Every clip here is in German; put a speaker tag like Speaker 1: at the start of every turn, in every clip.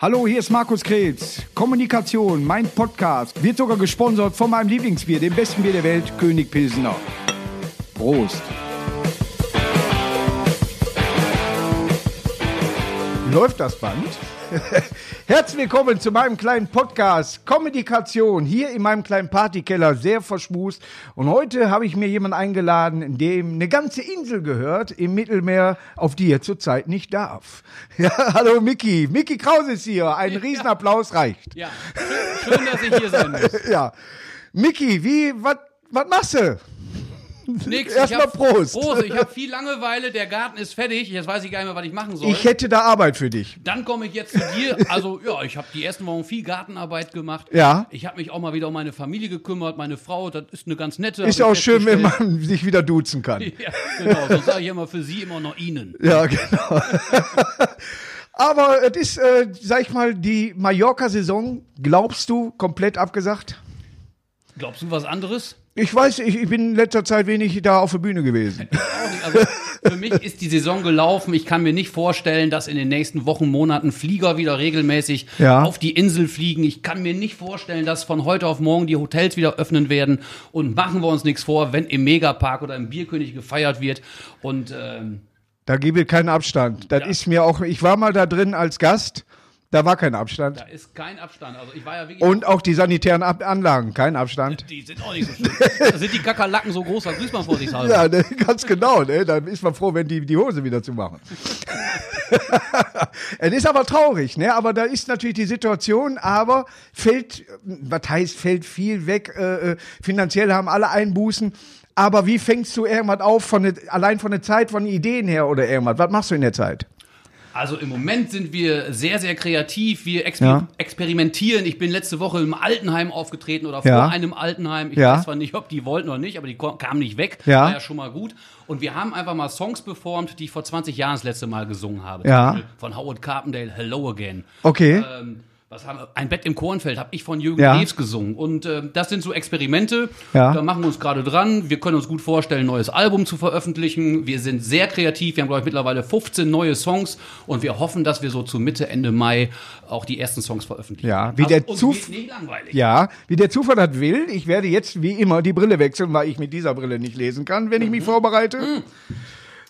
Speaker 1: Hallo, hier ist Markus Kretz. Kommunikation, mein Podcast, wird sogar gesponsert von meinem Lieblingsbier, dem besten Bier der Welt, König Pilsener. Prost. Läuft das Band? Herzlich willkommen zu meinem kleinen Podcast Kommunikation hier in meinem kleinen Partykeller, sehr verschmust. Und heute habe ich mir jemanden eingeladen, dem eine ganze Insel gehört im Mittelmeer, auf die er zurzeit nicht darf. Ja, hallo Mickey. Mickey Kraus ist hier. Ein Riesenapplaus reicht.
Speaker 2: Ja, schön- schön, dass ich hier sein muss.
Speaker 1: Ja. Mickey, wie, was machst du?
Speaker 2: Nix,
Speaker 1: Erstmal
Speaker 2: ich hab,
Speaker 1: Prost.
Speaker 2: Prost, ich habe viel Langeweile, der Garten ist fertig, jetzt weiß ich gar nicht mehr, was ich machen soll.
Speaker 1: Ich hätte da Arbeit für dich.
Speaker 2: Dann komme ich jetzt zu dir. Also ja, ich habe die ersten Wochen viel Gartenarbeit gemacht.
Speaker 1: Ja.
Speaker 2: Ich habe mich auch mal wieder um meine Familie gekümmert, meine Frau, das ist eine ganz nette.
Speaker 1: Ist ja
Speaker 2: hab
Speaker 1: auch
Speaker 2: ich
Speaker 1: schön, wenn
Speaker 2: festgestellt.
Speaker 1: man sich wieder duzen kann.
Speaker 2: Ja, genau, so sage ich immer für sie immer noch ihnen.
Speaker 1: Ja, genau. Aber es ist, äh, sag ich mal, die Mallorca-Saison, glaubst du, komplett abgesagt?
Speaker 2: Glaubst du was anderes?
Speaker 1: Ich weiß, ich, ich bin in letzter Zeit wenig da auf der Bühne gewesen.
Speaker 2: Auch nicht. Also für mich ist die Saison gelaufen. Ich kann mir nicht vorstellen, dass in den nächsten Wochen, Monaten Flieger wieder regelmäßig
Speaker 1: Ja.
Speaker 2: auf die Insel fliegen. Ich kann mir nicht vorstellen, dass von heute auf morgen die Hotels wieder öffnen werden. Und machen wir uns nichts vor, wenn im Megapark oder im Bierkönig gefeiert wird. Und ähm,
Speaker 1: Da gebe ich keinen Abstand. Das
Speaker 2: Ja.
Speaker 1: ist mir auch, ich war mal da drin als Gast, da war kein Abstand.
Speaker 2: da ist kein Abstand. Also ich war ja wirklich.
Speaker 1: Und auch die sanitären Ab Anlagen, kein Abstand.
Speaker 2: die sind auch nicht so schön. Da sind die Kakerlaken so groß, da grüßt man vorsichtshalber.
Speaker 1: Ja, ne, ganz genau. Ne? Dann ist man froh, wenn die die Hose wieder zu machen. es ist aber traurig, ne? Aber da ist natürlich die Situation. Aber fällt, was heißt, fällt viel weg. Äh, äh, finanziell haben alle Einbußen. Aber wie fängst du irgendwas auf von der, allein von der Zeit, von Ideen her oder irgendwas? Was machst du in der Zeit?
Speaker 2: Also im Moment sind wir sehr, sehr kreativ. Wir exper
Speaker 1: Ja.
Speaker 2: experimentieren. Ich bin letzte Woche im Altenheim aufgetreten oder vor
Speaker 1: Ja.
Speaker 2: einem Altenheim. Ich
Speaker 1: Ja.
Speaker 2: weiß zwar nicht, ob die wollten oder nicht, aber die ko- kamen nicht weg.
Speaker 1: Ja.
Speaker 2: War ja schon mal gut. Und wir haben einfach mal Songs performt, die ich vor 20 Jahren das letzte Mal gesungen habe. Zum
Speaker 1: Ja.
Speaker 2: Beispiel Von Howard Carpendale, Hello Again.
Speaker 1: Okay.
Speaker 2: Ähm, was haben, wir? ein Bett im Kornfeld habe ich von Jürgen
Speaker 1: Ja.
Speaker 2: Reeves gesungen. Und ähm, das sind so Experimente.
Speaker 1: Ja.
Speaker 2: Da machen wir uns gerade dran. Wir können uns gut vorstellen, ein neues Album zu veröffentlichen. Wir sind sehr kreativ. Wir haben, glaube ich, mittlerweile 15 neue Songs. Und wir hoffen, dass wir so zu Mitte, Ende Mai auch die ersten Songs veröffentlichen. Also,
Speaker 1: Ja, wie der
Speaker 2: uns
Speaker 1: Zuf-
Speaker 2: geht's nicht langweilig.
Speaker 1: Ja, wie der Zufall das will, ich werde jetzt wie immer die Brille wechseln, weil ich mit dieser Brille nicht lesen kann, wenn ich mich vorbereite.
Speaker 2: Mhm.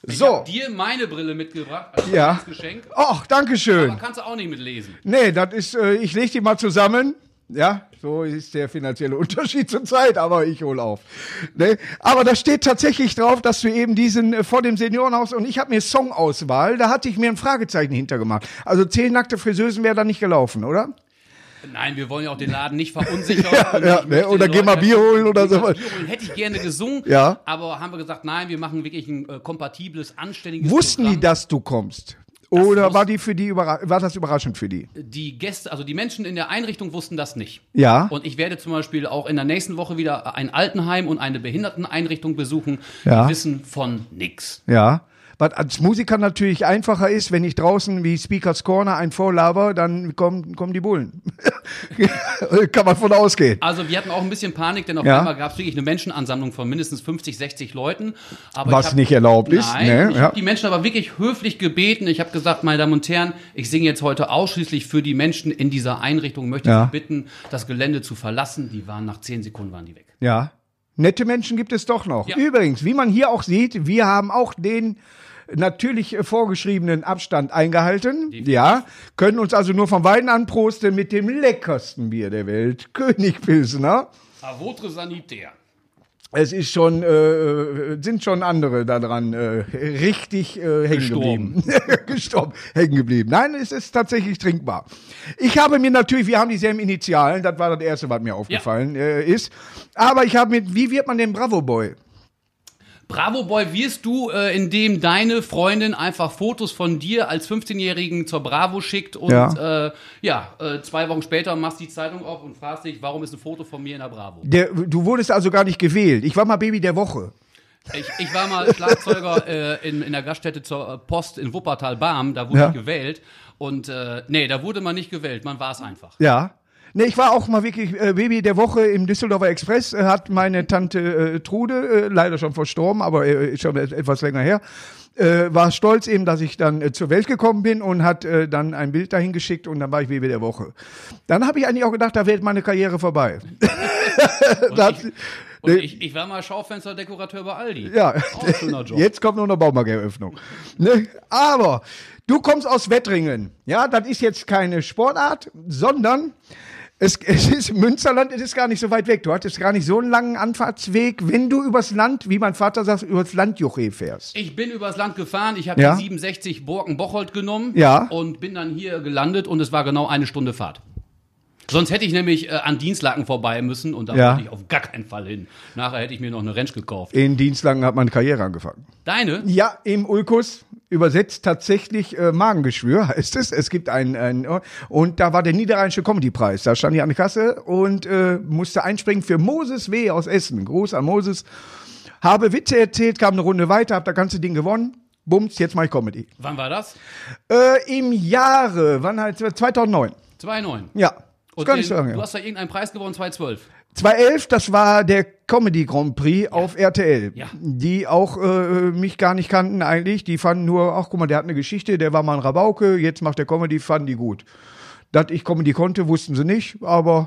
Speaker 2: Ich
Speaker 1: So.
Speaker 2: hab dir meine Brille mitgebracht als
Speaker 1: Ja.
Speaker 2: kleines Geschenk.
Speaker 1: Och, Dankeschön.
Speaker 2: Da kannst du auch nicht mitlesen.
Speaker 1: Nee, das ist, äh, ich lege die mal zusammen. Ja, so ist der finanzielle Unterschied zur Zeit, aber ich hol auf. Ne? Aber da steht tatsächlich drauf, dass du eben diesen äh, vor dem Seniorenhaus und ich habe mir Songauswahl, da hatte ich mir ein Fragezeichen hintergemacht. Also zehn nackte Friseusen wäre da nicht gelaufen, oder?
Speaker 2: Nein, wir wollen ja auch den Laden nicht verunsichern. Und
Speaker 1: ja,
Speaker 2: Also ich
Speaker 1: ne?
Speaker 2: möchte
Speaker 1: Oder
Speaker 2: den
Speaker 1: geh mal
Speaker 2: Leuten-
Speaker 1: Bier holen oder
Speaker 2: Geh mal
Speaker 1: sowas.
Speaker 2: Bier holen. Hätte ich gerne gesungen,
Speaker 1: Ja.
Speaker 2: aber haben wir gesagt, nein, wir machen wirklich ein äh, kompatibles, anständiges
Speaker 1: Wussten die,
Speaker 2: Programm.
Speaker 1: dass du kommst? Oder
Speaker 2: wussten-
Speaker 1: war die für die überra war das überraschend für die?
Speaker 2: die Gäste, also die Menschen in der Einrichtung wussten das nicht.
Speaker 1: Ja.
Speaker 2: Und ich werde zum Beispiel auch in der nächsten Woche wieder ein Altenheim und eine Behinderteneinrichtung besuchen.
Speaker 1: Ja.
Speaker 2: Die wissen von nix.
Speaker 1: Ja. Was als Musiker natürlich einfacher ist, wenn ich draußen wie Speakers Corner ein vorlaber, dann kommen, kommen die Bullen. Kann man von ausgehen.
Speaker 2: Also wir hatten auch ein bisschen Panik, denn auf
Speaker 1: Ja.
Speaker 2: einmal gab es wirklich eine Menschenansammlung von mindestens 50, 60 Leuten. Aber
Speaker 1: Was
Speaker 2: ich
Speaker 1: nicht erlaubt ist,
Speaker 2: Nein,
Speaker 1: ne?
Speaker 2: Ich
Speaker 1: Ja.
Speaker 2: habe die Menschen aber wirklich höflich gebeten. Ich habe gesagt, meine Damen und Herren, ich singe jetzt heute ausschließlich für die Menschen in dieser Einrichtung. Möchte
Speaker 1: Ja.
Speaker 2: Sie bitten, das Gelände zu verlassen. Die waren nach 10 Sekunden waren die weg.
Speaker 1: Ja. Nette Menschen gibt es doch noch.
Speaker 2: Ja.
Speaker 1: Übrigens, wie man hier auch sieht, wir haben auch den natürlich äh, vorgeschriebenen Abstand eingehalten. Ja. Können uns also nur vom Weiden anprosten mit dem leckersten Bier der Welt, König Pilsener.
Speaker 2: A votre sanitaire.
Speaker 1: Es ist schon, äh, sind schon andere da dran äh, richtig äh, hängen
Speaker 2: Gestorben.
Speaker 1: geblieben. Gestorben, hängen geblieben. Nein, es ist tatsächlich trinkbar. Ich habe mir natürlich, wir haben dieselben Initialen, das war das Erste, was mir aufgefallen äh, ist. Aber ich habe mir, wie wird man denn Bravo Boy?
Speaker 2: Bravo Boy wirst du, äh, indem deine Freundin einfach Fotos von dir als 15-Jährigen zur Bravo schickt und
Speaker 1: Ja.
Speaker 2: ja, äh, ja äh, zwei Wochen später machst die Zeitung auf und fragst dich, warum ist ein Foto von mir in der Bravo?
Speaker 1: Der, du wurdest also gar nicht gewählt. Ich war mal Baby der Woche.
Speaker 2: Ich, ich war mal Schlagzeuger äh, in, in der Gaststätte zur äh, Post in Wuppertal-Barm, da wurde
Speaker 1: Ja.
Speaker 2: ich gewählt und äh, nee, da wurde man nicht gewählt, man war es einfach.
Speaker 1: Ja. Nee, ich war auch mal wirklich äh, Baby der Woche im Düsseldorfer Express. Äh, hat meine Tante äh, Trude, äh, leider schon verstorben, aber äh, ist schon et- etwas länger her, äh, war stolz eben, dass ich dann äh, zur Welt gekommen bin und hat äh, dann ein Bild dahin geschickt und dann war ich Baby der Woche. Dann habe ich eigentlich auch gedacht, da wäre meine Karriere vorbei. Da hat-
Speaker 2: Und
Speaker 1: Nee.
Speaker 2: ich, ich war mal Schaufensterdekorateur bei Aldi.
Speaker 1: ja,
Speaker 2: Auch ein schöner Job.
Speaker 1: jetzt kommt noch eine Baumarkteröffnung. Ne? Aber du kommst aus Wettringen. Ja, das ist jetzt keine Sportart, sondern es, es ist Münsterland, es ist gar nicht so weit weg. Du hattest gar nicht so einen langen Anfahrtsweg, wenn du übers Land, wie mein Vater sagt, übers Landjochee fährst.
Speaker 2: Ich bin übers Land gefahren, ich habe
Speaker 1: Ja.
Speaker 2: die 67 Borken-Bocholt genommen
Speaker 1: Ja.
Speaker 2: und bin dann hier gelandet und es war genau eine Stunde Fahrt. Sonst hätte ich nämlich äh, an Dienstlaken vorbei müssen und da
Speaker 1: Ja.
Speaker 2: wollte ich auf gar keinen Fall hin. Nachher hätte ich mir noch eine Ranch gekauft.
Speaker 1: In Dienstlagen hat meine Karriere angefangen.
Speaker 2: Deine?
Speaker 1: Ja, im Ulkus übersetzt tatsächlich äh, Magengeschwür heißt es. Es gibt einen, einen und da war der Niederrheinische Comedypreis. Da stand ich an der Kasse und äh, musste einspringen für Moses W. aus Essen. Gruß an Moses. Habe Witze erzählt, kam eine Runde weiter, hab das ganze Ding gewonnen. Bums, jetzt mach ich Comedy.
Speaker 2: Wann war das?
Speaker 1: Äh, Im Jahre, wann halt, 2009.
Speaker 2: 2,9.
Speaker 1: Ja, ist
Speaker 2: Und
Speaker 1: gar nicht so
Speaker 2: den-
Speaker 1: lange.
Speaker 2: du
Speaker 1: her.
Speaker 2: hast da irgendeinen Preis gewonnen, 2,12.
Speaker 1: 2011, das war der Comedy Grand Prix auf RTL.
Speaker 2: Ja.
Speaker 1: Die auch äh, mich gar nicht kannten eigentlich. Die fanden nur, ach guck mal, der hat eine Geschichte, der war mal ein Rabauke, jetzt macht der Comedy, fanden die gut. Dass ich Comedy konnte, wussten sie nicht, aber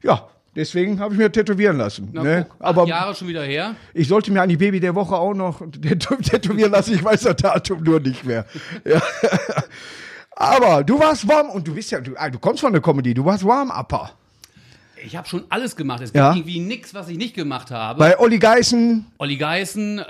Speaker 1: ja, deswegen habe ich mir tätowieren lassen.
Speaker 2: Na,
Speaker 1: ne?
Speaker 2: guck, acht
Speaker 1: Aber
Speaker 2: Jahre schon wieder her.
Speaker 1: ich sollte mir eigentlich Baby der Woche auch noch tät- tätowieren lassen, ich weiß das Datum nur nicht mehr. Ja. Aber du warst warm und du bist ja, du, ah, du kommst von der Comedy, du warst Warm-Upper.
Speaker 2: Ich habe schon alles gemacht. Es
Speaker 1: Ja.
Speaker 2: gibt irgendwie nichts, was ich nicht gemacht habe.
Speaker 1: Bei Olli Geißen,
Speaker 2: Olli Geißen, äh,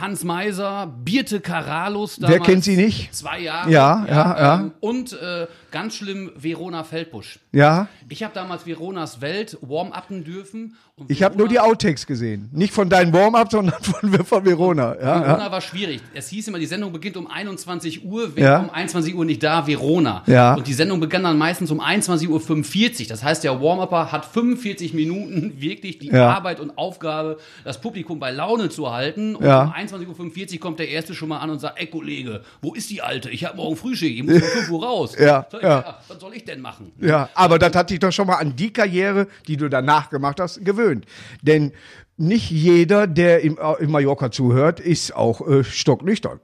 Speaker 2: Hans Meiser, Birte Karalus
Speaker 1: Wer kennt sie nicht?
Speaker 2: Zwei Jahre.
Speaker 1: Ja, ja, ja.
Speaker 2: und äh, ganz schlimm, Verona Feldbusch.
Speaker 1: ja.
Speaker 2: Ich habe damals Veronas Welt warm-uppen dürfen. Und
Speaker 1: Ich habe nur die
Speaker 2: Verona-
Speaker 1: Outtakes gesehen. Nicht von deinem Warm-up, sondern von, von Verona. Ja, ja.
Speaker 2: Verona war schwierig. Es hieß immer, die Sendung beginnt um 21 Uhr. Wer
Speaker 1: Ja.
Speaker 2: um 21 Uhr nicht da? Verona.
Speaker 1: Ja.
Speaker 2: Und die Sendung begann dann meistens um 21.45 Uhr. Das heißt, der Warm-Upper hat 45 Minuten wirklich die
Speaker 1: Ja.
Speaker 2: Arbeit und Aufgabe, das Publikum bei Laune zu halten. Und
Speaker 1: Ja.
Speaker 2: um 21.45 Uhr kommt der Erste schon mal an und sagt, ey Kollege, wo ist die Alte? Ich habe morgen Frühschicht, ich muss um 5 Uhr raus.
Speaker 1: Ja,
Speaker 2: Soll ich,
Speaker 1: ja.
Speaker 2: Was soll ich denn machen?
Speaker 1: ja, aber das hat dich doch schon mal an die Karriere, die du danach gemacht hast, gewöhnt. Denn nicht jeder, der im, äh, in Mallorca zuhört, ist auch äh, stocknüchtern.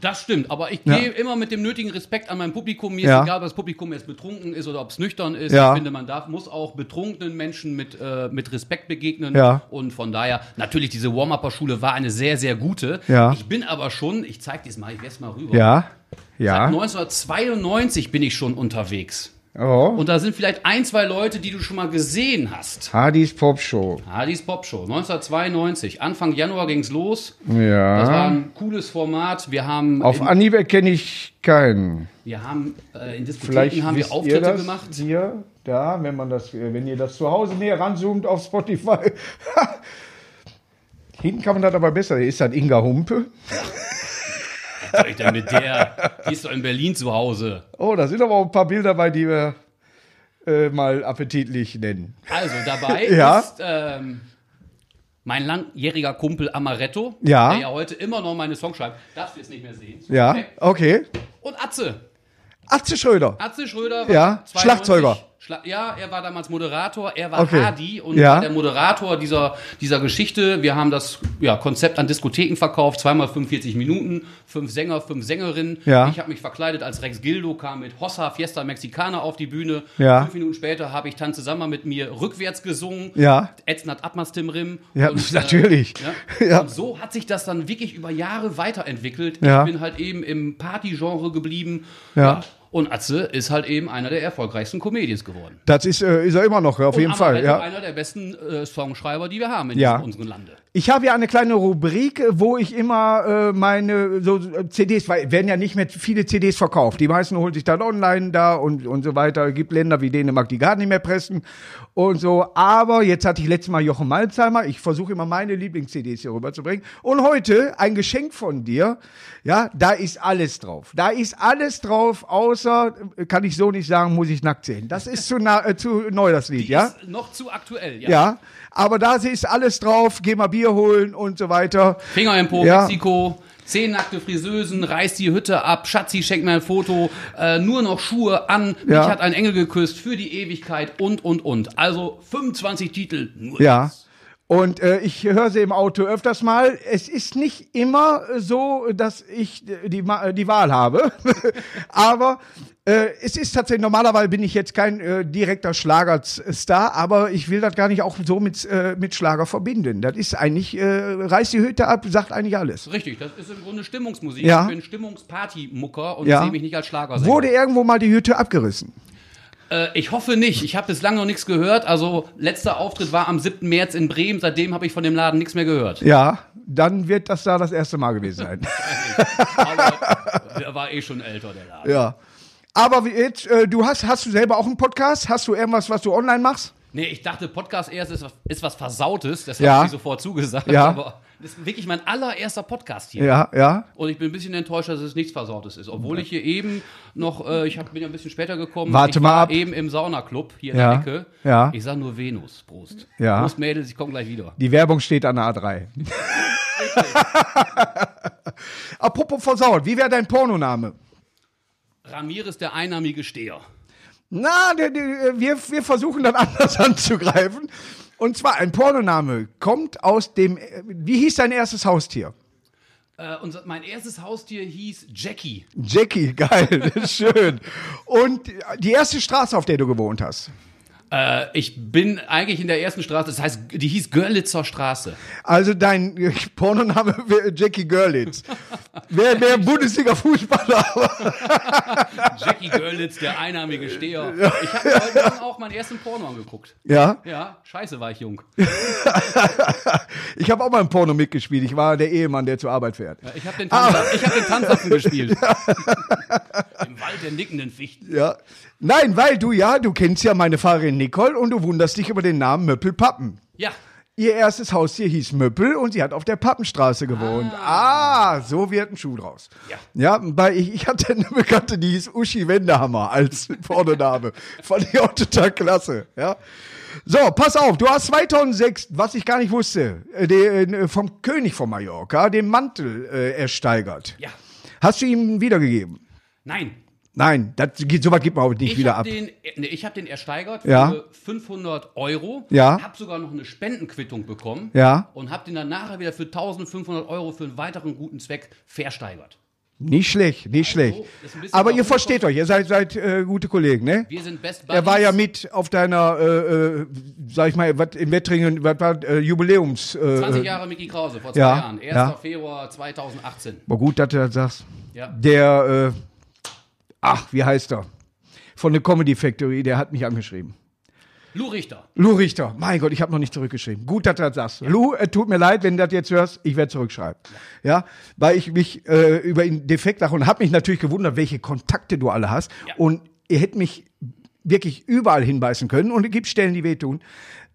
Speaker 2: Das stimmt, aber ich
Speaker 1: Ja.
Speaker 2: gehe immer mit dem nötigen Respekt an mein Publikum. Mir
Speaker 1: Ja.
Speaker 2: ist egal, ob das Publikum jetzt betrunken ist oder ob es nüchtern ist.
Speaker 1: Ja.
Speaker 2: Ich finde, man darf, muss auch betrunkenen Menschen mit, äh, mit Respekt begegnen.
Speaker 1: Ja.
Speaker 2: Und von daher, natürlich, diese Warm-Upper-Schule war eine sehr, sehr gute.
Speaker 1: Ja.
Speaker 2: Ich bin aber schon, ich zeig dir's mal, ich werde mal rüber.
Speaker 1: Ja,
Speaker 2: Seit
Speaker 1: ja.
Speaker 2: 1992 bin ich schon unterwegs.
Speaker 1: Oh.
Speaker 2: Und da sind vielleicht ein, zwei Leute, die du schon mal gesehen hast.
Speaker 1: Hardys Popshow.
Speaker 2: Hardys Popshow, 1992. Anfang Januar ging's los. Das war
Speaker 1: Ja.
Speaker 2: ein cooles Format. Wir haben
Speaker 1: Auf
Speaker 2: in-
Speaker 1: Anhieb erkenne ich keinen.
Speaker 2: Wir haben äh, in Diskotheken
Speaker 1: Vielleicht
Speaker 2: haben wir
Speaker 1: wisst
Speaker 2: Auftritte
Speaker 1: ihr das
Speaker 2: gemacht.
Speaker 1: Hier, da, wenn man das, äh, wenn ihr das zu Hause näher ranzoomt auf Spotify. Hinten kann man das aber besser. Ist das Inga Humpe?
Speaker 2: Was soll ich denn mit der? Die ist doch in Berlin zu Hause.
Speaker 1: Oh, da sind aber auch ein paar Bilder bei, die wir äh, mal appetitlich nennen.
Speaker 2: Also dabei
Speaker 1: Ja.
Speaker 2: ist ähm, mein langjähriger Kumpel Amaretto,
Speaker 1: Ja.
Speaker 2: der ja heute immer noch meine Songs schreibt. Darfst du jetzt nicht mehr sehen. Ist
Speaker 1: Ja,
Speaker 2: weg.
Speaker 1: okay.
Speaker 2: Und Atze.
Speaker 1: Atze Schröder.
Speaker 2: Atze Schröder war
Speaker 1: Ja,
Speaker 2: 92.
Speaker 1: Schlagzeuger.
Speaker 2: Schla ja, er war damals Moderator, er war
Speaker 1: Okay.
Speaker 2: Hardy und
Speaker 1: Ja.
Speaker 2: war der Moderator dieser, dieser Geschichte. Wir haben das ja, Konzept an Diskotheken verkauft, zweimal 45 Minuten, fünf Sänger, fünf Sängerinnen.
Speaker 1: Ja.
Speaker 2: Ich habe mich verkleidet als Rex Gildo, kam mit Hossa Fiesta Mexicana auf die Bühne.
Speaker 1: Ja.
Speaker 2: Fünf Minuten später habe ich Tanze Samba mit mir rückwärts gesungen.
Speaker 1: Ja.
Speaker 2: Edson hat Atmas Tim Rim.
Speaker 1: Ja, natürlich.
Speaker 2: äh, ja.
Speaker 1: Ja.
Speaker 2: Und so hat sich das dann wirklich über Jahre weiterentwickelt.
Speaker 1: Ja.
Speaker 2: Ich bin halt eben im Party-Genre geblieben.
Speaker 1: Ja.
Speaker 2: Und Atze ist halt eben einer der erfolgreichsten Comedians geworden.
Speaker 1: Das ist, äh, ist er immer noch, auf
Speaker 2: Und
Speaker 1: jeden Fall.
Speaker 2: Amaretto
Speaker 1: Ja.
Speaker 2: Einer der besten äh, Songschreiber, die wir haben in
Speaker 1: Ja.
Speaker 2: diesem, unserem Lande.
Speaker 1: Ich habe ja eine kleine Rubrik, äh, wo ich immer äh, meine so äh, CDs, weil werden ja nicht mehr viele CDs verkauft. Die meisten holen sich dann online da und, und so weiter. Es gibt Länder wie Dänemark, die gar nicht mehr pressen und so. Aber jetzt hatte ich letztes Mal Jochen Malzheimer. Ich versuche immer meine Lieblings-CDs hier rüberzubringen. Und heute ein Geschenk von dir. Ja, da ist alles drauf. Da ist alles drauf, außer, äh, kann ich so nicht sagen, muss ich nackt sehen. Das ist zu, na, äh, zu neu, das Lied,
Speaker 2: Die
Speaker 1: ja?
Speaker 2: ist noch zu aktuell. Ja.
Speaker 1: Ja, aber da ist alles drauf, geh mal Bier holen und so weiter.
Speaker 2: Finger im Po,
Speaker 1: Ja.
Speaker 2: Mexiko, Zehn nackte Friseusen, reißt die Hütte ab, Schatzi schenkt mir ein Foto, äh, nur noch Schuhe an, mich
Speaker 1: Ja.
Speaker 2: hat ein Engel geküsst für die Ewigkeit und, und, und. Also 25 Titel nur.
Speaker 1: Ja.
Speaker 2: das.
Speaker 1: Und äh, ich höre sie im Auto öfters mal. Es ist nicht immer so, dass ich äh, die, Ma- äh, die Wahl habe. aber äh, es ist tatsächlich, normalerweise bin ich jetzt kein äh, direkter Schlagerstar, aber ich will das gar nicht auch so mit, äh, mit Schlager verbinden. Das ist eigentlich, äh, reißt die Hütte ab, sagt eigentlich alles.
Speaker 2: Richtig, das ist im Grunde Stimmungsmusik.
Speaker 1: Ja.
Speaker 2: Ich bin Stimmungsparty-Mucker und
Speaker 1: Ja.
Speaker 2: sehe mich nicht als Schlagersänger.
Speaker 1: Wurde irgendwo mal die Hütte abgerissen?
Speaker 2: Äh, ich hoffe nicht. Ich habe bislang noch nichts gehört. Also letzter Auftritt war am 7. März in Bremen. Seitdem habe ich von dem Laden nichts mehr gehört.
Speaker 1: Ja, dann wird das da das erste Mal gewesen sein.
Speaker 2: Aber der war eh schon älter, der Laden.
Speaker 1: ja. Aber wie jetzt, äh, du hast, hast du selber auch einen Podcast? Hast du irgendwas, was du online machst?
Speaker 2: Nee, ich dachte, Podcast erst ist, was- ist was Versautes. Das
Speaker 1: Ja.
Speaker 2: habe ich sofort zugesagt.
Speaker 1: Ja.
Speaker 2: Aber das ist wirklich mein allererster Podcast hier.
Speaker 1: Ja, ja.
Speaker 2: Und ich bin ein bisschen enttäuscht, dass es nichts Versautes ist. Obwohl ich hier eben noch, äh, ich hab, bin ja ein bisschen später gekommen.
Speaker 1: Warte
Speaker 2: ich
Speaker 1: mal
Speaker 2: war
Speaker 1: ab.
Speaker 2: eben im Saunaclub hier
Speaker 1: Ja,
Speaker 2: in der Ecke.
Speaker 1: ja.
Speaker 2: Ich sag nur Venus. Prost.
Speaker 1: Ja.
Speaker 2: Prost, Mädels, ich komme gleich wieder.
Speaker 1: Die Werbung steht an der A3. Apropos versaut, wie wäre dein Pornoname?
Speaker 2: Ramirez, der einarmige Steher.
Speaker 1: Na, der- der- äh, wir, wir versuchen dann anders anzugreifen. Und zwar ein Pornoname kommt aus dem. äh, Wie hieß dein erstes Haustier?
Speaker 2: Äh, unser, mein erstes Haustier hieß Jackie.
Speaker 1: Jackie, geil, schön. Und die erste Straße, auf der du gewohnt hast.
Speaker 2: Äh, ich bin eigentlich in der ersten Straße, das heißt, die hieß Görlitzer Straße.
Speaker 1: Also dein äh, Pornoname wäre Jackie Görlitz. Wer mehr Bundesliga-Fußballer?
Speaker 2: Jackie Görlitz, der einarmige Steher. Ich habe mir heute Morgen auch meinen ersten Porno angeguckt.
Speaker 1: Ja.
Speaker 2: Ja, scheiße war ich jung.
Speaker 1: Ich habe auch mal im Porno mitgespielt. Ich war der Ehemann, der zur Arbeit fährt.
Speaker 2: Ich habe den,
Speaker 1: Ah.
Speaker 2: Tanz, ich hab den Tanzapfen gespielt. Im Wald der nickenden Fichten.
Speaker 1: Ja. Nein, weil du ja, du kennst ja meine Fahrerin Nicole und du wunderst dich über den Namen Möppel Pappen.
Speaker 2: Ja,
Speaker 1: Ihr erstes Haustier hieß Möppel und sie hat auf der Pappenstraße gewohnt. Ah, so wird ein Schuh draus.
Speaker 2: Ja.
Speaker 1: Ja, bei, ich, ich hatte eine Bekannte, die hieß Uschi Wendehammer als Vorname. Fand ich auch total klasse. Ja. So, pass auf, du hast 2006, was ich gar nicht wusste, äh, den, äh, vom König von Mallorca den Mantel äh, ersteigert.
Speaker 2: ja.
Speaker 1: Hast du ihm wiedergegeben?
Speaker 2: Nein.
Speaker 1: Nein, das, geht- sowas gibt man auch nicht
Speaker 2: Ich
Speaker 1: wieder
Speaker 2: habe
Speaker 1: ab.
Speaker 2: den, nee, ich hab den ersteigert für
Speaker 1: Ja.
Speaker 2: 500 Euro.
Speaker 1: Ja.
Speaker 2: Habe sogar noch eine Spendenquittung bekommen.
Speaker 1: Ja.
Speaker 2: Und habe den dann nachher wieder für 1500 Euro für einen weiteren guten Zweck versteigert.
Speaker 1: Nicht schlecht, nicht schlecht.
Speaker 2: Also, ist ein bisschen
Speaker 1: Aber ihr
Speaker 2: nach
Speaker 1: versteht euch, ihr seid, seid äh, gute Kollegen, ne?
Speaker 2: Wir sind Best Buddies.
Speaker 1: Er war ja mit auf deiner, äh, äh, sag ich mal, wat, in Wettringen, was war äh, Jubiläums. Äh,
Speaker 2: 20
Speaker 1: äh,
Speaker 2: Jahre Mickey Krause, vor zwei
Speaker 1: Ja,
Speaker 2: Jahren. 1.
Speaker 1: ja.
Speaker 2: Februar 2018.
Speaker 1: war gut, dass du das sagst.
Speaker 2: Ja.
Speaker 1: Der, äh, ach, wie heißt er? Von der Comedy Factory, der hat mich angeschrieben.
Speaker 2: Lou Richter.
Speaker 1: Lou Richter, mein Gott, ich habe noch nicht zurückgeschrieben. Gut, dass du das sagst. Lou, äh, tut mir leid, wenn du das jetzt hörst, ich werde zurückschreiben. Ja. weil ich mich äh, über ihn defekt lache und habe mich natürlich gewundert, welche Kontakte du alle hast.
Speaker 2: Ja.
Speaker 1: Und ihr hättet mich wirklich überall hinbeißen können und es gibt Stellen, die wehtun,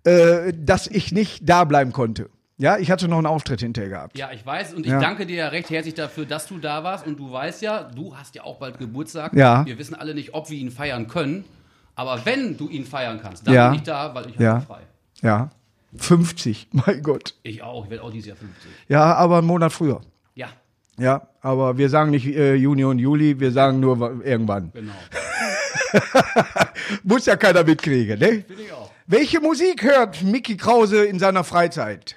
Speaker 1: äh, dass ich nicht da bleiben konnte. Ja, ich hatte noch einen Auftritt hinterher gehabt.
Speaker 2: Ja, ich weiß und ich danke dir ja recht herzlich dafür, dass du da warst. Und du weißt ja, du hast ja auch bald Geburtstag.
Speaker 1: Ja.
Speaker 2: Wir wissen alle nicht, ob wir ihn feiern können. Aber wenn du ihn feiern kannst, dann
Speaker 1: Ja.
Speaker 2: bin ich da, weil ich
Speaker 1: Ja.
Speaker 2: habe frei.
Speaker 1: Ja, 50, mein Gott.
Speaker 2: Ich auch, ich werde auch dieses Jahr 50.
Speaker 1: Ja, aber einen Monat früher.
Speaker 2: Ja,
Speaker 1: Ja, aber wir sagen nicht äh, Juni und Juli, wir sagen nur wa- irgendwann.
Speaker 2: genau.
Speaker 1: Muss ja keiner mitkriegen, ne?
Speaker 2: Bin ich auch.
Speaker 1: Welche Musik hört Mickey Krause in seiner Freizeit?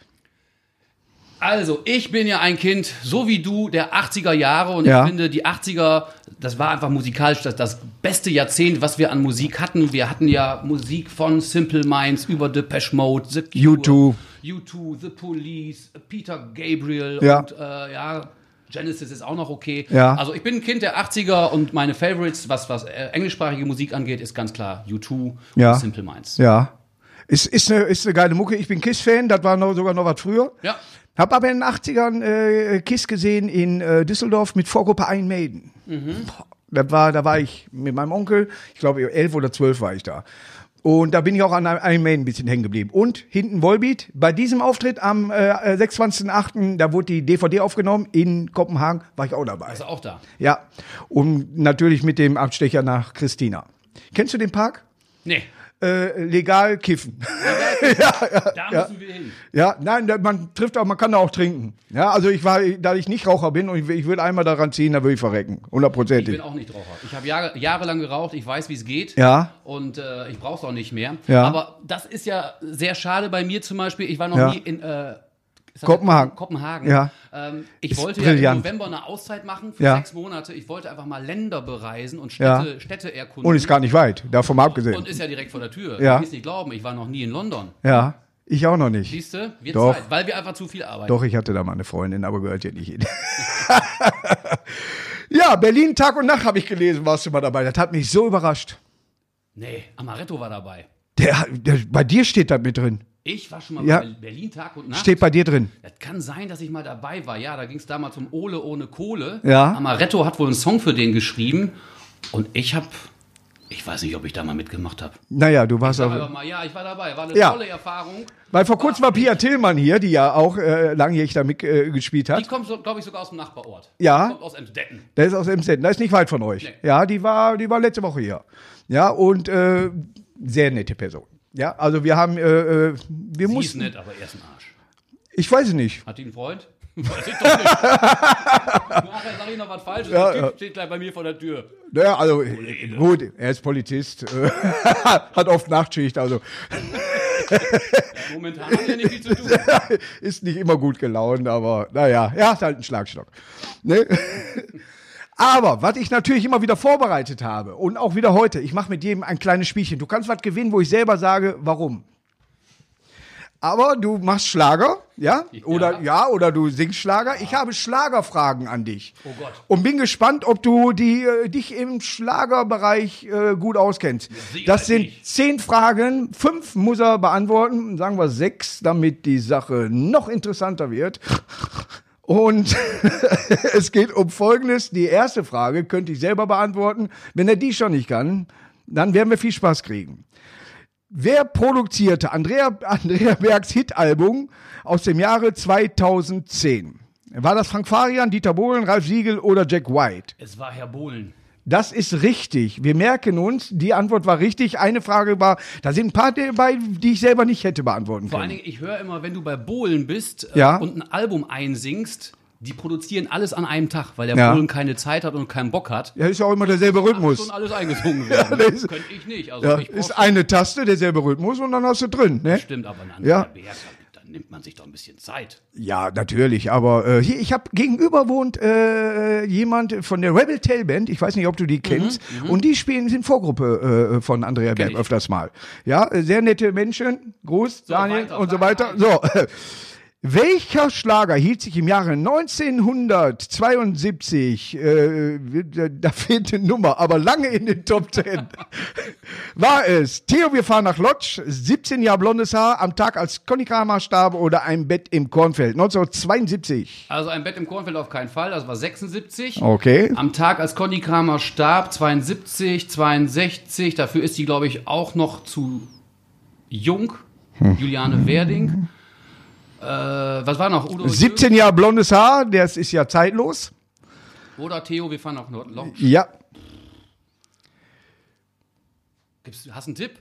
Speaker 2: Also, ich bin ja ein Kind, so wie du, der 80er Jahre. Und
Speaker 1: Ja.
Speaker 2: ich finde, die 80er, das war einfach musikalisch das, das beste Jahrzehnt, was wir an Musik hatten. Wir hatten ja Musik von Simple Minds über Depeche Mode, The Cure,
Speaker 1: U2.
Speaker 2: U2, The Police, Peter Gabriel
Speaker 1: Ja.
Speaker 2: und äh, ja, Genesis ist auch noch okay.
Speaker 1: Ja.
Speaker 2: Also, ich bin ein Kind der 80er und meine Favorites, was, was äh, englischsprachige Musik angeht, ist ganz klar U2
Speaker 1: Ja.
Speaker 2: und Simple Minds.
Speaker 1: Ja. Ist, ist, eine, ist eine geile Mucke. Ich bin Kiss-Fan, das war noch, sogar noch was früher.
Speaker 2: Ja.
Speaker 1: Hab aber in den 80ern äh, Kiss gesehen in äh, Düsseldorf mit Vorgruppe Ein Maiden. Boah, Das war, da war ich mit meinem Onkel, ich glaube elf oder zwölf war ich da. Und da bin ich auch an Ein Maiden ein bisschen hängen geblieben. Und hinten Volbeat. Bei diesem Auftritt am äh, 26.08., da wurde die DVD aufgenommen in Kopenhagen, war ich auch dabei.
Speaker 2: Ist also auch da.
Speaker 1: Ja, und natürlich mit dem Abstecher nach Christina. Kennst du den Park?
Speaker 2: Nee.
Speaker 1: Äh, legal kiffen.
Speaker 2: Legal
Speaker 1: Äh,
Speaker 2: Da müssen wir hin.
Speaker 1: Ja, nein, da- man trifft auch, man kann da auch trinken. Ja, also ich war, da ich nicht Raucher bin und ich, ich würde einmal daran ziehen, da würde ich verrecken.
Speaker 2: Ich
Speaker 1: Hundertprozentig.
Speaker 2: bin auch nicht Raucher. Ich habe Jahre, jahrelang geraucht, ich weiß, wie es geht.
Speaker 1: Ja.
Speaker 2: Und äh, ich brauche es auch nicht mehr.
Speaker 1: Ja.
Speaker 2: Aber das ist ja sehr schade bei mir zum Beispiel. Ich war noch
Speaker 1: Ja.
Speaker 2: nie in äh, ist das
Speaker 1: Kopenhagen.
Speaker 2: Kopenhagen.
Speaker 1: Ja.
Speaker 2: Ähm, ich
Speaker 1: Ist
Speaker 2: wollte ja im
Speaker 1: brillant.
Speaker 2: November eine Auszeit machen für
Speaker 1: Ja.
Speaker 2: sechs Monate. Ich wollte einfach mal Länder bereisen und
Speaker 1: Ja.
Speaker 2: Städte, Städte erkunden.
Speaker 1: Und ist gar nicht weit, davon mal abgesehen.
Speaker 2: Und ist ja direkt vor der Tür.
Speaker 1: Ja.
Speaker 2: Ich nicht glauben, ich war noch nie in London.
Speaker 1: ja, ich auch noch nicht.
Speaker 2: Siehst du? Wird
Speaker 1: Doch.
Speaker 2: Zeit, weil wir einfach zu viel arbeiten.
Speaker 1: Doch, ich hatte da mal eine Freundin, aber gehört ja nicht hin. ja, Berlin Tag und Nacht habe ich gelesen, warst du mal dabei. Das hat mich so überrascht.
Speaker 2: Nee, Amaretto war dabei.
Speaker 1: Der, der, bei dir steht das mit drin.
Speaker 2: Ich war schon mal
Speaker 1: Ja.
Speaker 2: bei Berlin Tag und Nacht.
Speaker 1: Steht bei dir drin.
Speaker 2: Das kann sein, dass ich mal dabei war. Ja, da ging es damals um Ole ohne Kohle.
Speaker 1: Ja.
Speaker 2: Amaretto hat wohl einen Song für den geschrieben. Und ich habe, ich weiß nicht, ob ich da mal mitgemacht habe.
Speaker 1: Naja, du warst
Speaker 2: Aber
Speaker 1: auch.
Speaker 2: mal, ja, ich war dabei. War eine
Speaker 1: Ja.
Speaker 2: tolle Erfahrung.
Speaker 1: Weil vor kurzem war Pia Tillmann hier, die ja auch äh, langjährig da mit, äh, gespielt
Speaker 2: Die
Speaker 1: hat.
Speaker 2: kommt, so, glaube ich, sogar aus dem Nachbarort.
Speaker 1: Ja.
Speaker 2: Die Kommt aus Emsdetten.
Speaker 1: Der ist aus Emsdetten, da ist nicht weit von euch.
Speaker 2: Nee.
Speaker 1: Ja, die war, die war letzte Woche hier. Ja, und äh, sehr nette Person. Ja, also wir haben, äh, äh, wir
Speaker 2: Die ist
Speaker 1: mussten,
Speaker 2: nett, aber er ist ein Arsch.
Speaker 1: ich weiß es nicht.
Speaker 2: Hat die einen Freund? Weiß ich doch nicht. Nachher sag ich noch was Falsches.
Speaker 1: Ja,
Speaker 2: der Typ steht gleich bei mir vor der Tür.
Speaker 1: Naja, also äh, gut, er ist Polizist, äh, hat oft Nachtschicht, also
Speaker 2: Momentan hat er nicht viel zu tun.
Speaker 1: ist nicht immer gut gelaunt, aber naja, er hat halt einen Schlagstock. Ne? Aber was ich natürlich immer wieder vorbereitet habe und auch wieder heute, ich mache mit jedem ein kleines Spielchen. Du kannst was gewinnen, wo ich selber sage, warum. Aber du machst Schlager, ja? Oder ja, oder du singst Schlager. Ich habe Schlagerfragen an dich.
Speaker 2: Oh Gott.
Speaker 1: Und bin gespannt, ob du die, äh, dich im Schlagerbereich äh, gut auskennst.
Speaker 2: Sicherheit
Speaker 1: Das sind
Speaker 2: nicht.
Speaker 1: zehn Fragen, fünf muss er beantworten, sagen wir sechs, damit die Sache noch interessanter wird. Und es geht um Folgendes. Die erste Frage könnte ich selber beantworten. Wenn er die schon nicht kann, dann werden wir viel Spaß kriegen. Wer produzierte Andrea, Andrea Bergs Hitalbum aus dem Jahre 2010? War das Frank Farian, Dieter Bohlen, Ralf Siegel oder Jack White?
Speaker 2: Es war Herr Bohlen.
Speaker 1: Das ist richtig. Wir merken uns, die Antwort war richtig. Eine Frage war, da sind ein paar dabei, die ich selber nicht hätte beantworten
Speaker 2: Vor allen
Speaker 1: können.
Speaker 2: Dingen, ich höre immer, wenn du bei Bohlen bist äh,
Speaker 1: Ja.
Speaker 2: und ein Album einsingst, die produzieren alles an einem Tag, weil der
Speaker 1: Ja.
Speaker 2: Bohlen keine Zeit hat und keinen Bock hat.
Speaker 1: Ja, ist ja auch immer derselbe
Speaker 2: Schon
Speaker 1: Rhythmus.
Speaker 2: alles eingesungen
Speaker 1: Ja,
Speaker 2: werden.
Speaker 1: das-
Speaker 2: Könnte ich nicht. Also
Speaker 1: Ja,
Speaker 2: ich brauch-
Speaker 1: ist eine Taste, derselbe Rhythmus und dann hast du drin. Ne?
Speaker 2: stimmt, aber ein
Speaker 1: Ja.
Speaker 2: anderer Berg, dann nimmt man sich doch ein bisschen Zeit.
Speaker 1: Ja, natürlich, aber äh, hier, ich habe gegenüber wohnt äh, jemand von der Rebel Tail Band, ich weiß nicht, ob du
Speaker 2: Mhm,
Speaker 1: die kennst, und die spielen, sind Vorgruppe äh, von Andrea Berg
Speaker 2: ich.
Speaker 1: öfters mal. Ja, äh, sehr nette Menschen, Gruß, Daniel
Speaker 2: weiter,
Speaker 1: und so weiter.
Speaker 2: weiter,
Speaker 1: So, welcher Schlager hielt sich im Jahre 1972, äh, da fehlt eine Nummer, aber lange in den Top Ten? War es Theo, wir fahren nach Lodz, 17 Jahre blondes Haar, am Tag als Conny Kramer starb oder ein Bett im Kornfeld, 1972.
Speaker 2: Also ein Bett im Kornfeld auf keinen Fall, das war 76.
Speaker 1: Oh. Okay.
Speaker 2: Am Tag, als Conny Kramer starb, 72, 62, dafür ist sie, glaube ich, auch noch zu jung.
Speaker 1: Hm.
Speaker 2: Juliane Werding. Äh, was war noch? Udo Jürgens?
Speaker 1: 17 Jahre blondes Haar, das ist ja zeitlos.
Speaker 2: Oder Theo, wir fahren nach Nordlong.
Speaker 1: Ja.
Speaker 2: Gibt's, hast du einen Tipp?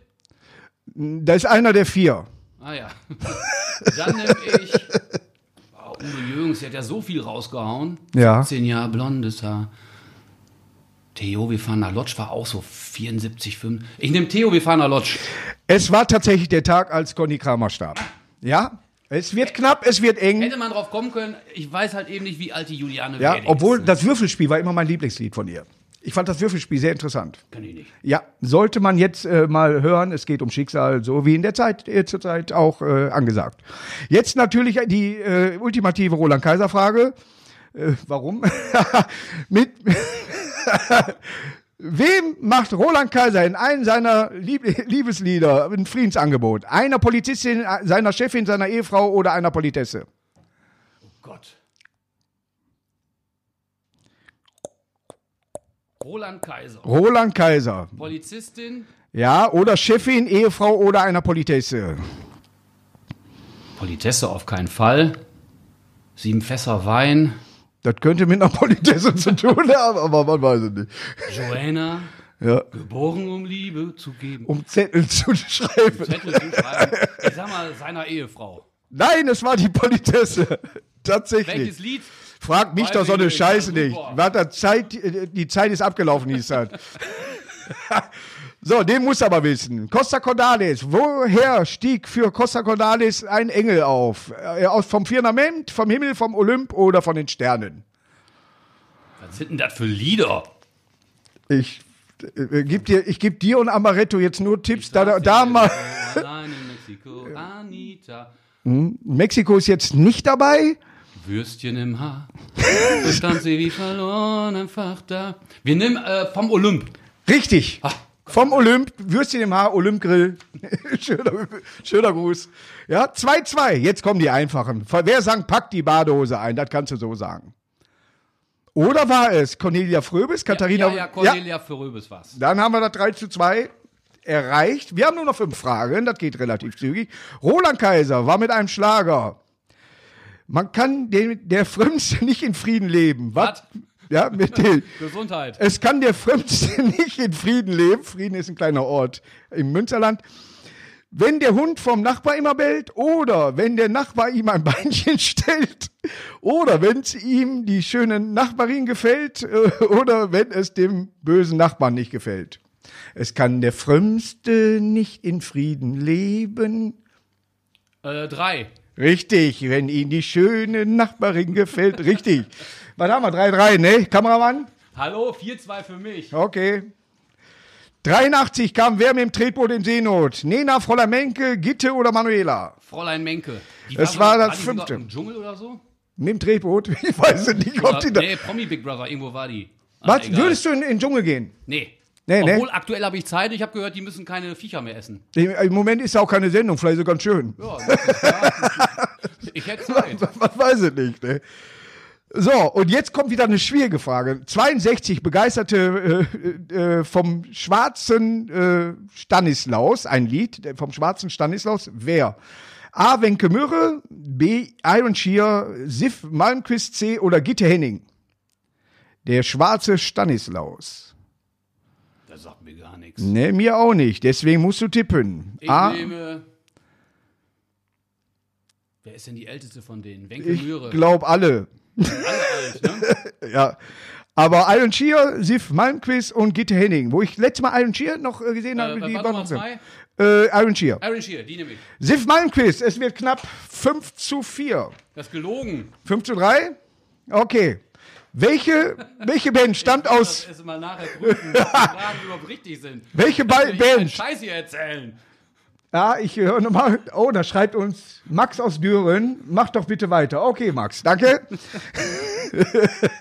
Speaker 1: Da ist einer der vier.
Speaker 2: Ah ja. Dann nehme ich. Oh, Udo Jürgens, der hat ja so viel rausgehauen.
Speaker 1: Ja.
Speaker 2: 17 Jahre blondes Haar. Theo, wir fahren nach Lodge, war auch so 74, 5. Ich nehme Theo, wir fahren nach Lodge.
Speaker 1: Es war tatsächlich der Tag, als Conny Kramer starb. Ja? Es wird knapp, es wird eng.
Speaker 2: Hätte man drauf kommen können, ich weiß halt eben nicht, wie alt die Juliane
Speaker 1: Ja,
Speaker 2: Werding
Speaker 1: obwohl
Speaker 2: ist.
Speaker 1: das Würfelspiel war immer mein Lieblingslied von ihr. Ich fand das Würfelspiel sehr interessant.
Speaker 2: Kann ich nicht.
Speaker 1: Ja, sollte man jetzt äh, mal hören, es geht um Schicksal, so wie in der Zeit äh, zurzeit auch äh, angesagt. Jetzt natürlich die äh, ultimative Roland Kaiser Frage. Äh, warum? Mit Wem macht Roland Kaiser in einem seiner Lieb Liebeslieder ein Friedensangebot? Einer Polizistin, äh, seiner Chefin, seiner Ehefrau oder einer Politesse?
Speaker 2: Oh Gott. Roland
Speaker 1: Oh.
Speaker 2: Kaiser.
Speaker 1: Roland Kaiser.
Speaker 2: Polizistin.
Speaker 1: Ja, oder Chefin, Ehefrau oder einer Politesse.
Speaker 2: Politesse auf keinen Fall. Sieben Fässer Wein.
Speaker 1: Das könnte mit einer Politesse zu tun haben, aber man weiß es nicht.
Speaker 2: Joanna.
Speaker 1: Ja.
Speaker 2: Geboren, um Liebe zu geben.
Speaker 1: Um Zettel zu schreiben.
Speaker 2: Zettel zu schreiben. Ich sag mal, seiner Ehefrau.
Speaker 1: Nein, es war die Politesse. Tatsächlich.
Speaker 2: Welches Lied?
Speaker 1: Frag mich
Speaker 2: Weiß
Speaker 1: doch so
Speaker 2: ich
Speaker 1: eine
Speaker 2: nicht.
Speaker 1: Scheiße
Speaker 2: Ja,
Speaker 1: nicht.
Speaker 2: super.
Speaker 1: War da Zeit, äh, die Zeit ist abgelaufen, hieß das. so, den muss aber wissen. Costa Cordalis. Woher stieg für Costa Cordalis ein Engel auf? Äh, Aus vom Firmament, vom Himmel, vom Olymp oder von den Sternen?
Speaker 2: Was sind denn das für Lieder?
Speaker 1: Ich äh, gebe dir, ich geb dir und Amaretto jetzt nur Tipps. Da, da,
Speaker 2: Saß
Speaker 1: da
Speaker 2: in
Speaker 1: mal.
Speaker 2: Mexiko, Allein in Mexiko, Anita.
Speaker 1: Mexiko ist jetzt nicht dabei.
Speaker 2: Würstchen im Haar. So stand sie wie verloren einfach da. Wir nehmen äh, vom Olymp.
Speaker 1: Richtig. Vom Olymp, Würstchen im Haar, Olymp-Grill. schöner, schöner Gruß. Ja, 2-2. Jetzt kommen die einfachen. Wer sagt, pack die Badehose ein? Das kannst du so sagen. Oder war es Cornelia Fröbis, Katharina?
Speaker 2: ja, ja, Cornelia Fröbis war's.
Speaker 1: Dann haben wir das 3 zu 2 erreicht. Wir haben nur noch fünf Fragen, das geht relativ zügig. Roland Kaiser war mit einem Schlager. Man kann den, der Frömmste nicht in Frieden leben. Was?
Speaker 2: Was?
Speaker 1: Ja, mit dem.
Speaker 2: Gesundheit.
Speaker 1: Es kann der Frömmste nicht in Frieden leben. Frieden ist ein kleiner Ort im Münsterland. Wenn der Hund vom Nachbar immer bellt oder wenn der Nachbar ihm ein Beinchen stellt oder wenn es ihm die schöne Nachbarin gefällt äh, oder wenn es dem bösen Nachbarn nicht gefällt. Es kann der Frömmste nicht in Frieden leben.
Speaker 2: Äh, drei.
Speaker 1: Richtig, wenn ihm die schöne Nachbarin gefällt. Richtig. Was haben wir? 3-3, ne? Kameramann?
Speaker 2: Hallo, 4-2 für mich.
Speaker 1: Okay. 83 kam wer mit dem Tretboot in Seenot? Nena, Fräulein Menke, Gitte oder Manuela?
Speaker 2: Fräulein Menke. Die
Speaker 1: Es
Speaker 2: sogar-
Speaker 1: war das
Speaker 2: die
Speaker 1: fünfte.
Speaker 2: sogar Im Dschungel oder so?
Speaker 1: Mit dem Tretboot? Ich weiß es nicht, ob
Speaker 2: Oder,
Speaker 1: die da.
Speaker 2: nee, Promi Big Brother, irgendwo war die. Ah,
Speaker 1: Was,
Speaker 2: egal.
Speaker 1: würdest du in in den Dschungel gehen?
Speaker 2: Nee.
Speaker 1: Nee, nee.
Speaker 2: Obwohl, aktuell habe ich Zeit. Ich habe gehört, die müssen keine Viecher mehr essen.
Speaker 1: Im Moment ist ja auch keine Sendung, vielleicht so ganz schön.
Speaker 2: Ja, das ist klar. ich hätte Zeit.
Speaker 1: Man weiß es nicht, ne? So, und jetzt kommt wieder eine schwierige Frage. 62 begeisterte äh, äh, vom schwarzen äh, Stanislaus, ein Lied äh, vom schwarzen Stanislaus, wer? A. Wenke Mürre, B. Iron Shear, Sif Malmquist, C. oder Gitte Henning? Der schwarze Stanislaus.
Speaker 2: Das sagt mir gar nichts.
Speaker 1: Ne, mir auch nicht, deswegen musst du tippen.
Speaker 2: Ich
Speaker 1: A.
Speaker 2: nehme. Wer ist denn die älteste von denen? Wenke
Speaker 1: Ich
Speaker 2: Möhre.
Speaker 1: glaub alle.
Speaker 2: Alle alt, ne?
Speaker 1: Ja. Aber Iron Shear, Sif Malmquist und Gitte Henning, wo ich letztes Mal Iron Shear noch äh, gesehen habe.
Speaker 2: Äh,
Speaker 1: die
Speaker 2: was war
Speaker 1: waren noch
Speaker 2: Nummer
Speaker 1: so.
Speaker 2: zwei?
Speaker 1: Äh, Iron Shear.
Speaker 2: Aaron Shear, die nehme ich.
Speaker 1: Sif Malmquist, es wird knapp 5 zu 4.
Speaker 2: Das ist gelogen.
Speaker 1: 5 zu 3? Okay. Welche, welche Band stammt
Speaker 2: Das
Speaker 1: aus,
Speaker 2: erst mal nachher prüfen, ob die Fragen überhaupt richtig sind.
Speaker 1: welche Ba-
Speaker 2: Ich will einen
Speaker 1: Band
Speaker 2: Scheiß hier erzählen.
Speaker 1: Ja, ich höre nochmal. Oh, da schreibt uns Max aus Düren. Mach doch bitte weiter. Okay, Max, danke.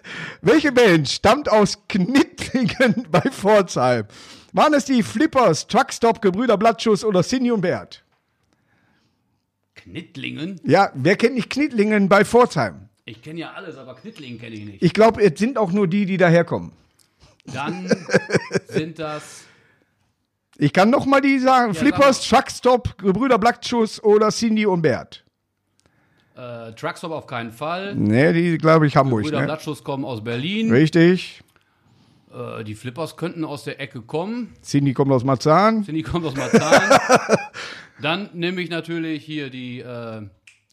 Speaker 1: Welche Band stammt aus Knittlingen bei Pforzheim? Waren es die Flippers, Truckstop, Gebrüder Blattschuss oder Cindy und Bert?
Speaker 2: Knittlingen?
Speaker 1: Ja, wer kennt nicht Knittlingen bei Pforzheim?
Speaker 2: Ich kenne ja alles, aber Knittlingen kenne ich nicht.
Speaker 1: Ich glaube, es sind auch nur die, die daherkommen.
Speaker 2: Dann sind das.
Speaker 1: Ich kann noch mal die sagen.
Speaker 2: sag
Speaker 1: Flippers, Truckstop, Gebrüder Blattschuss oder Cindy und Bert?
Speaker 2: Äh, Truckstop auf keinen Fall.
Speaker 1: Nee, die, glaube ich, Hamburg,
Speaker 2: Brüder
Speaker 1: ne?
Speaker 2: Blattschuss kommen aus Berlin.
Speaker 1: Richtig.
Speaker 2: Äh, die Flippers könnten aus der Ecke kommen.
Speaker 1: Cindy kommt aus Marzahn.
Speaker 2: Cindy kommt aus Marzahn. Dann nehme ich natürlich hier die äh,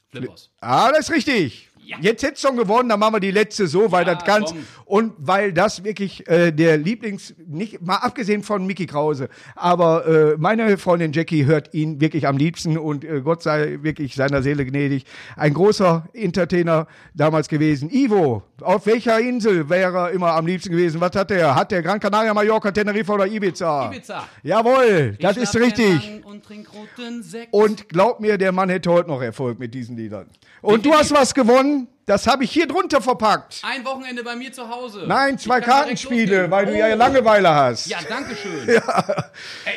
Speaker 2: Flippers.
Speaker 1: Ah, das ist richtig.
Speaker 2: Ja.
Speaker 1: Jetzt hättest du schon gewonnen, dann machen wir die letzte so, weil
Speaker 2: Ja,
Speaker 1: das ganz
Speaker 2: komm.
Speaker 1: und weil das wirklich äh, der Lieblings, nicht mal abgesehen von Mickey Krause, aber äh, meine Freundin Jackie hört ihn wirklich am liebsten und äh, Gott sei wirklich seiner Seele gnädig. Ein großer Entertainer damals gewesen. Ivo, auf welcher Insel wäre er immer am liebsten gewesen? Was hat er? Hat der Gran Canaria, Mallorca, Teneriffa oder Ibiza?
Speaker 2: Ibiza.
Speaker 1: Jawohl, das
Speaker 2: Ich
Speaker 1: ist
Speaker 2: schnapp mir
Speaker 1: richtig.
Speaker 2: einen Und trink roten Sekt.
Speaker 1: Und glaub mir, der Mann hätte heute noch Erfolg mit diesen Liedern. Und du hast
Speaker 2: Definitiv.
Speaker 1: was gewonnen. Das habe ich hier drunter verpackt.
Speaker 2: Ein Wochenende bei mir zu Hause.
Speaker 1: Nein,
Speaker 2: Ich
Speaker 1: zwei
Speaker 2: kann direkt
Speaker 1: Kartenspiele,
Speaker 2: loslegen.
Speaker 1: weil du ja
Speaker 2: Oh.
Speaker 1: Langeweile hast.
Speaker 2: Ja, danke schön. Ey,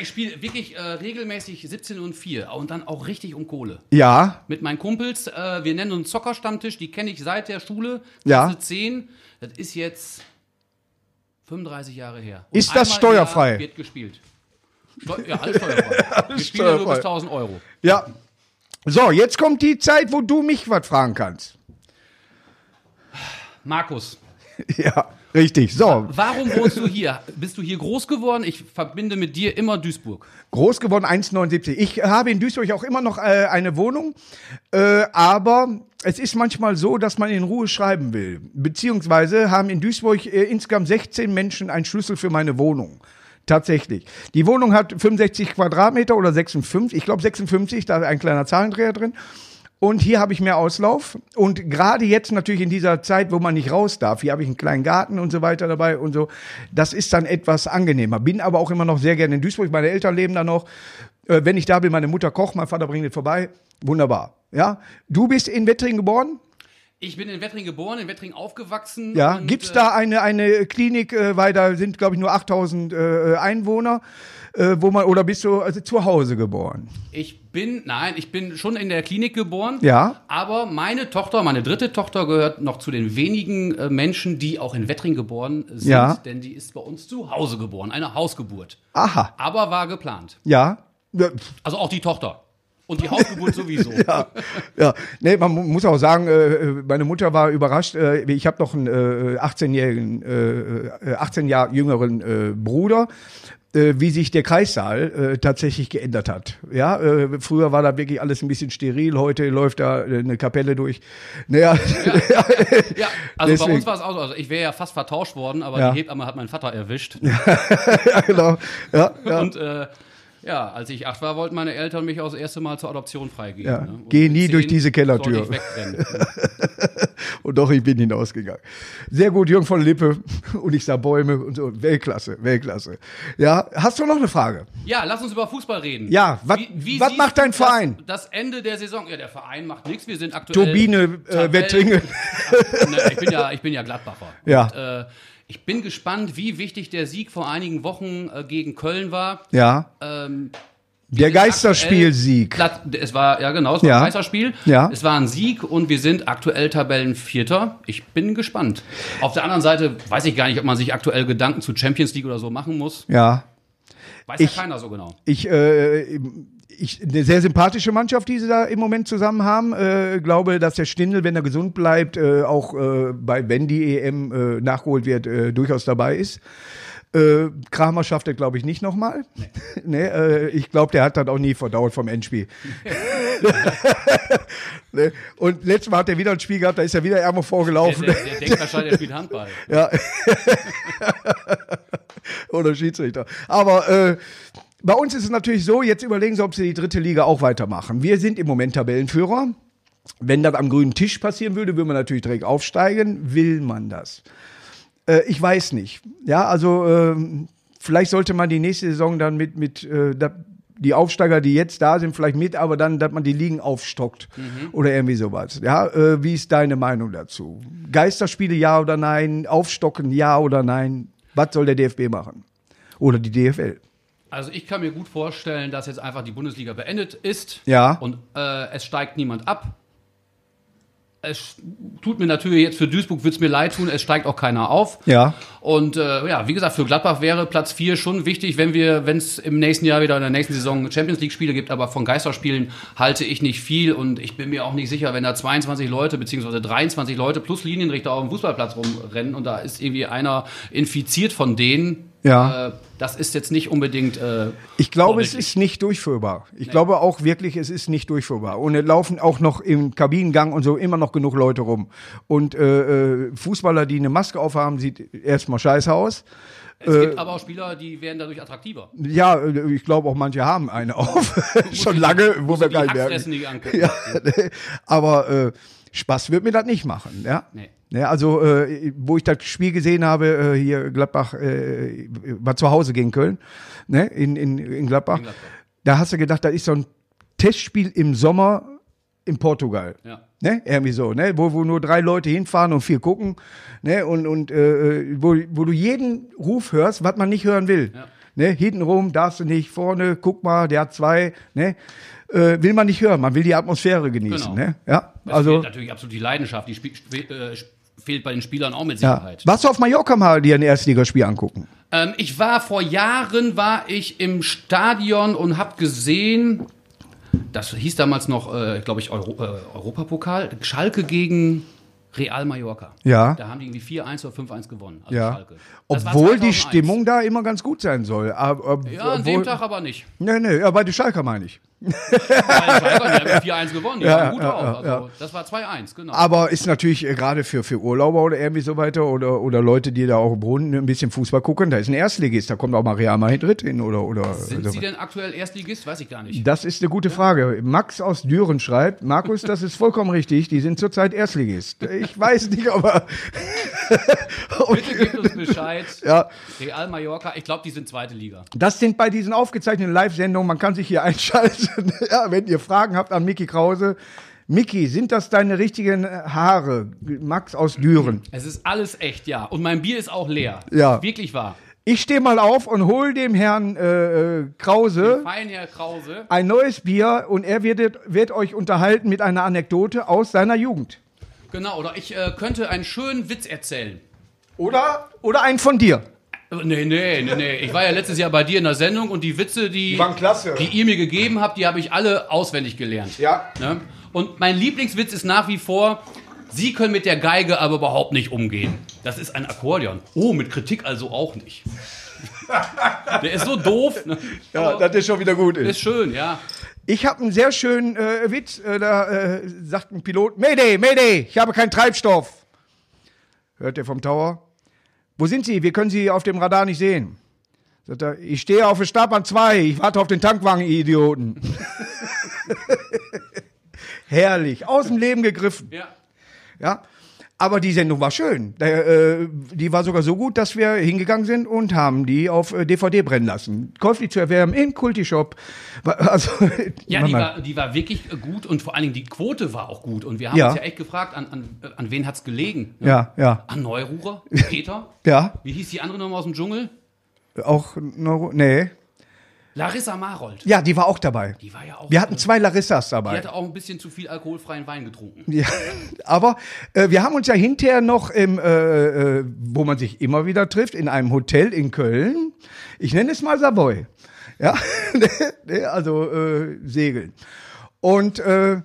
Speaker 2: ich spiele wirklich äh, regelmäßig 17 und 4 und dann auch richtig um Kohle.
Speaker 1: Ja,
Speaker 2: Mit meinen Kumpels, äh, wir nennen uns Zockerstammtisch, die kenne ich seit der Schule,
Speaker 1: Ja.
Speaker 2: Klasse 10. Das ist jetzt 35 Jahre her.
Speaker 1: Ist
Speaker 2: einmal
Speaker 1: das
Speaker 2: im Jahr
Speaker 1: steuerfrei?
Speaker 2: Wird gespielt. Steu ja, alles steuerfrei. wir spielen ja nur
Speaker 1: steuerfrei.
Speaker 2: bis 1000 Euro.
Speaker 1: ja. So, jetzt kommt die Zeit, wo du mich was fragen kannst.
Speaker 2: Markus,
Speaker 1: Ja. Richtig, so.
Speaker 2: Warum wohnst du hier? Bist du hier groß geworden? Ich verbinde mit dir immer Duisburg.
Speaker 1: Groß geworden, 1,79. Ich habe in Duisburg auch immer noch äh, eine Wohnung, äh, aber es ist manchmal so, dass man in Ruhe schreiben will. Beziehungsweise haben in Duisburg äh, insgesamt 16 Menschen einen Schlüssel für meine Wohnung. Tatsächlich. Die Wohnung hat 65 Quadratmeter oder 56, ich glaube 56, da ist ein kleiner Zahlendreher drin. Und hier habe ich mehr Auslauf. Und gerade jetzt natürlich in dieser Zeit, wo man nicht raus darf, hier habe ich einen kleinen Garten und so weiter dabei und so. Das ist dann etwas angenehmer. Bin aber auch immer noch sehr gerne in Duisburg. Meine Eltern leben da noch. Äh, wenn ich da bin, meine Mutter kocht, mein Vater bringt es vorbei. Wunderbar. Ja. Du bist in Wettringen geboren?
Speaker 2: Ich bin in Wettring geboren, in Wettring aufgewachsen.
Speaker 1: Ja.
Speaker 2: und,
Speaker 1: Gibt es
Speaker 2: äh,
Speaker 1: da eine, eine Klinik, äh, weil da sind, glaube ich, nur 8000 äh, Einwohner, äh, wo man, oder bist du also, zu Hause geboren?
Speaker 2: Ich bin, nein, ich bin schon in der Klinik geboren.
Speaker 1: Ja.
Speaker 2: Aber meine Tochter, meine dritte Tochter gehört noch zu den wenigen äh, Menschen, die auch in Wettring geboren sind.
Speaker 1: Ja.
Speaker 2: Denn die ist bei uns zu Hause geboren, eine Hausgeburt.
Speaker 1: Aha.
Speaker 2: Aber war geplant.
Speaker 1: Ja. Ja,
Speaker 2: Also auch die Tochter. Und die Hausgeburt sowieso.
Speaker 1: Ja, nee, man mu- muss auch sagen, äh, meine Mutter war überrascht. Äh, ich habe noch einen äh, 18-jährigen, äh, äh, 18 Jahre jüngeren äh, Bruder, äh, wie sich der Kreissaal äh, tatsächlich geändert hat. Ja, äh, früher war da wirklich alles ein bisschen steril. Heute läuft da äh, eine Kapelle durch. Naja,
Speaker 2: Ja, also
Speaker 1: Deswegen.
Speaker 2: bei uns war es auch so. Also ich wäre ja fast vertauscht worden, aber
Speaker 1: Ja.
Speaker 2: die Hebamme hat meinen Vater erwischt.
Speaker 1: ja, genau. Ja, ja.
Speaker 2: Und äh, ja, als ich acht war, wollten meine Eltern mich auch das erste Mal zur Adoption freigeben.
Speaker 1: Ja.
Speaker 2: Ne? Und
Speaker 1: Geh
Speaker 2: mit
Speaker 1: nie durch
Speaker 2: zehn
Speaker 1: diese Kellertür.
Speaker 2: sollte ich wegrennen.
Speaker 1: Und doch, ich bin hinausgegangen. Sehr gut, Jürgen von Lippe. Und ich sah Bäume und so. Weltklasse, Weltklasse. Ja, hast du noch eine Frage?
Speaker 2: Ja, lass uns über Fußball reden.
Speaker 1: Ja, wat- wat
Speaker 2: siehst
Speaker 1: macht dein
Speaker 2: du
Speaker 1: Verein?
Speaker 2: Das, das Ende der Saison. Ja, der Verein macht nichts. Wir sind aktuell.
Speaker 1: Turbine äh,
Speaker 2: Tabellen-
Speaker 1: Wettringe.
Speaker 2: Ne, ich, bin ja, ich bin ja Gladbacher.
Speaker 1: Ja.
Speaker 2: Und, äh, ich bin gespannt, wie wichtig der Sieg vor einigen Wochen äh, gegen Köln war.
Speaker 1: Ja.
Speaker 2: Ähm,
Speaker 1: Der Geisterspielsieg.
Speaker 2: Platz- es war, ja genau, es war
Speaker 1: Ja.
Speaker 2: ein Meisterspiel.
Speaker 1: Ja.
Speaker 2: Es war ein Sieg und wir sind aktuell Tabellenvierter. Ich bin gespannt. Auf der anderen Seite weiß ich gar nicht, ob man sich aktuell Gedanken zu Champions League oder so machen muss.
Speaker 1: Ja,
Speaker 2: Weiß
Speaker 1: Ich-
Speaker 2: ja keiner so genau.
Speaker 1: ich, äh, ich, eine sehr sympathische Mannschaft, die sie da im Moment zusammen haben. Äh, glaube, dass der Stindl, wenn er gesund bleibt, äh, auch äh, bei, wenn die EM äh, nachgeholt wird, äh, durchaus dabei ist. Äh, Kramer schafft er, glaube ich, nicht nochmal. Nee. äh, ich glaube, der hat das auch nie verdaut vom Endspiel. ne? Und letztes Mal hat er wieder ein Spiel gehabt, da ist er wieder irgendwo
Speaker 2: Der,
Speaker 1: vorgelaufen.
Speaker 2: der, der denkt wahrscheinlich, er spielt Handball.
Speaker 1: oder Schiedsrichter. Aber äh, bei uns ist es natürlich so, jetzt überlegen sie, ob sie die dritte Liga auch weitermachen. Wir sind im Moment Tabellenführer. Wenn das am grünen Tisch passieren würde, würde man natürlich direkt aufsteigen. Will man das? Äh, ich weiß nicht. Ja, also ähm, vielleicht sollte man die nächste Saison dann mit, mit äh, da, die Aufsteiger, die jetzt da sind, vielleicht mit, aber dann, dass man die Ligen aufstockt oder irgendwie sowas. Ja, äh, wie ist deine Meinung dazu? Geisterspiele ja oder nein? Aufstocken ja oder nein? Was soll der DFB machen? Oder die DFL?
Speaker 2: Also ich kann mir gut vorstellen, dass jetzt einfach die Bundesliga beendet ist.
Speaker 1: Ja.
Speaker 2: Und äh, es steigt niemand ab. Es tut mir natürlich jetzt für Duisburg wird es mir leid tun, es steigt auch keiner auf.
Speaker 1: Ja.
Speaker 2: Und äh, ja, wie gesagt, für Gladbach wäre Platz 4 schon wichtig, wenn wir, wenn es im nächsten Jahr wieder in der nächsten Saison Champions League Spiele gibt, aber von Geisterspielen halte ich nicht viel und ich bin mir auch nicht sicher, wenn da 22 Leute bzw. 23 Leute plus Linienrichter auf dem Fußballplatz rumrennen und da ist irgendwie einer infiziert von denen.
Speaker 1: Ja.
Speaker 2: Äh, das ist jetzt nicht unbedingt äh,
Speaker 1: Ich glaube, es
Speaker 2: Ordentlich.
Speaker 1: ist nicht durchführbar. Ich glaube auch wirklich, es ist nicht durchführbar. Und es laufen auch noch im Kabinengang und so immer noch genug Leute rum. Und äh, äh, Fußballer, die eine Maske aufhaben, sieht erstmal scheiße aus.
Speaker 2: Es
Speaker 1: Äh,
Speaker 2: gibt aber auch Spieler, die werden dadurch attraktiver.
Speaker 1: Ja, äh, ich glaube auch manche haben eine auf. Schon lange, wo wir
Speaker 2: Die
Speaker 1: gar nicht merken.
Speaker 2: Hackfressen, die angucken.
Speaker 1: Ja, ne? aber äh, Spaß wird mir das nicht machen, ja.
Speaker 2: Nee.
Speaker 1: Ne, also, äh, wo ich das Spiel gesehen habe, äh, hier Gladbach äh, war zu Hause gegen Köln, ne, in, in, in, Gladbach.
Speaker 2: Gladbach.
Speaker 1: da hast du gedacht, das ist so ein Testspiel im Sommer in Portugal.
Speaker 2: Ja.
Speaker 1: Ne? Irgendwie so, ne? Wo, wo nur drei Leute hinfahren und vier gucken, ne? Und, und äh, wo, wo du jeden Ruf hörst, was man nicht hören will.
Speaker 2: Ja.
Speaker 1: Ne? Hintenrum darfst du nicht, vorne, guck mal, der hat zwei, ne? Äh, will man nicht hören, man will die Atmosphäre genießen,
Speaker 2: Genau.
Speaker 1: ne? Ja,
Speaker 2: Es
Speaker 1: also.
Speaker 2: fehlt natürlich absolut die Leidenschaft, die spiel, spiel, äh, fehlt bei den Spielern auch mit
Speaker 1: Ja.
Speaker 2: Sicherheit.
Speaker 1: Warst du auf Mallorca mal dir ein Erstligaspiel angucken?
Speaker 2: Ähm, ich war vor Jahren war ich im Stadion und habe gesehen, das hieß damals noch, äh, glaube ich, Euro, äh, Europapokal, Schalke gegen Real Mallorca.
Speaker 1: Ja.
Speaker 2: Da haben die irgendwie 4-1 oder 5-1 gewonnen. also
Speaker 1: Ja.
Speaker 2: Schalke. Das war
Speaker 1: Obwohl die
Speaker 2: 2001.
Speaker 1: Stimmung da immer ganz gut sein soll. Ab- ab-
Speaker 2: Ja, an
Speaker 1: obwohl-
Speaker 2: dem Tag aber nicht.
Speaker 1: Nee, nee, ja, bei den Schalker meine ich.
Speaker 2: Weil Schalke, die haben 4-1 gewonnen. Die
Speaker 1: Ja,
Speaker 2: waren gut
Speaker 1: ja,
Speaker 2: drauf.
Speaker 1: ja,
Speaker 2: Also, Das war 2-1, genau.
Speaker 1: Aber ist natürlich äh, gerade für, für Urlauber oder irgendwie so weiter oder, oder Leute, die da auch im Brunnen ein bisschen Fußball gucken, da ist ein Erstligist, da kommt auch mal Real Madrid hin oder. oder
Speaker 2: Sind
Speaker 1: oder
Speaker 2: sie denn aktuell Erstligist? Weiß ich gar nicht.
Speaker 1: Das ist eine gute Frage. Max aus Düren schreibt, Markus, das ist vollkommen richtig, die sind zurzeit Erstligist. Ich weiß nicht, aber
Speaker 2: Bitte gebt uns Bescheid.
Speaker 1: ja,
Speaker 2: Real Mallorca, ich glaube, die sind zweite Liga.
Speaker 1: das sind bei diesen aufgezeichneten Live-Sendungen, man kann sich hier einschalten, ja, wenn ihr Fragen habt an Mickey Krause. Mickey, sind das deine richtigen äh, Haare? Max aus Düren.
Speaker 2: Es ist alles echt, ja. Und mein Bier ist auch leer.
Speaker 1: Ja.
Speaker 2: Wirklich wahr.
Speaker 1: Ich stehe mal auf und hol dem Herrn äh, äh, Krause
Speaker 2: Fein, Herr Krause.
Speaker 1: ein neues Bier und er wird, wird euch unterhalten mit einer Anekdote aus seiner Jugend.
Speaker 2: Genau, oder ich äh, könnte einen schönen Witz erzählen.
Speaker 1: Oder, oder einen von dir.
Speaker 2: Äh, Nee, nee, nee, nee. Ich war ja letztes Jahr bei dir in der Sendung und die Witze, die,
Speaker 1: waren klasse.
Speaker 2: die ihr mir gegeben habt, die habe ich alle auswendig gelernt.
Speaker 1: Ja.
Speaker 2: Ne? Und mein Lieblingswitz ist nach wie vor, Sie können mit der Geige aber überhaupt nicht umgehen. Das ist ein Akkordeon. Oh, mit Kritik also auch nicht. der ist so doof. Ne?
Speaker 1: Ja,
Speaker 2: Aber
Speaker 1: das ist schon wieder gut.
Speaker 2: ist schön, ja.
Speaker 1: Ich habe einen sehr schönen äh, Witz. Äh, da äh, sagt ein Pilot: Mayday, Mayday, ich habe keinen Treibstoff. Hört er vom Tower. Wo sind Sie? Wir können Sie auf dem Radar nicht sehen. Sagt er, ich stehe auf der Startbahn 2. Ich warte auf den Tankwagen, ihr Idioten. Herrlich. Aus dem Leben gegriffen.
Speaker 2: ja.
Speaker 1: Ja. Aber die Sendung war schön. Da, äh, die war sogar so gut, dass wir hingegangen sind und haben die auf äh, DVD brennen lassen. Käuflich zu erwerben im Kulti-Shop. Wa- Also,
Speaker 2: Ja,
Speaker 1: Mach
Speaker 2: die
Speaker 1: mal.
Speaker 2: war, die war wirklich äh, gut und vor allen Dingen die Quote war auch gut. Und wir haben
Speaker 1: Ja.
Speaker 2: uns ja echt gefragt, an, an, an wen hat's gelegen? ne?
Speaker 1: Ja, ja,
Speaker 2: An Neururer? Peter?
Speaker 1: ja.
Speaker 2: Wie hieß die andere nochmal aus dem Dschungel?
Speaker 1: Auch Neuro. Nee.
Speaker 2: Larissa Marold.
Speaker 1: Ja, die war auch dabei.
Speaker 2: Die war ja auch.
Speaker 1: Wir hatten zwei Larissas
Speaker 2: die
Speaker 1: dabei.
Speaker 2: hatte auch ein bisschen zu viel alkoholfreien Wein getrunken.
Speaker 1: Ja, aber äh, wir haben uns ja hinterher noch im, äh, äh, wo man sich immer wieder trifft, in einem Hotel in Köln. Ich nenne es mal Savoy. Ja, nee, also äh, segeln. Und äh,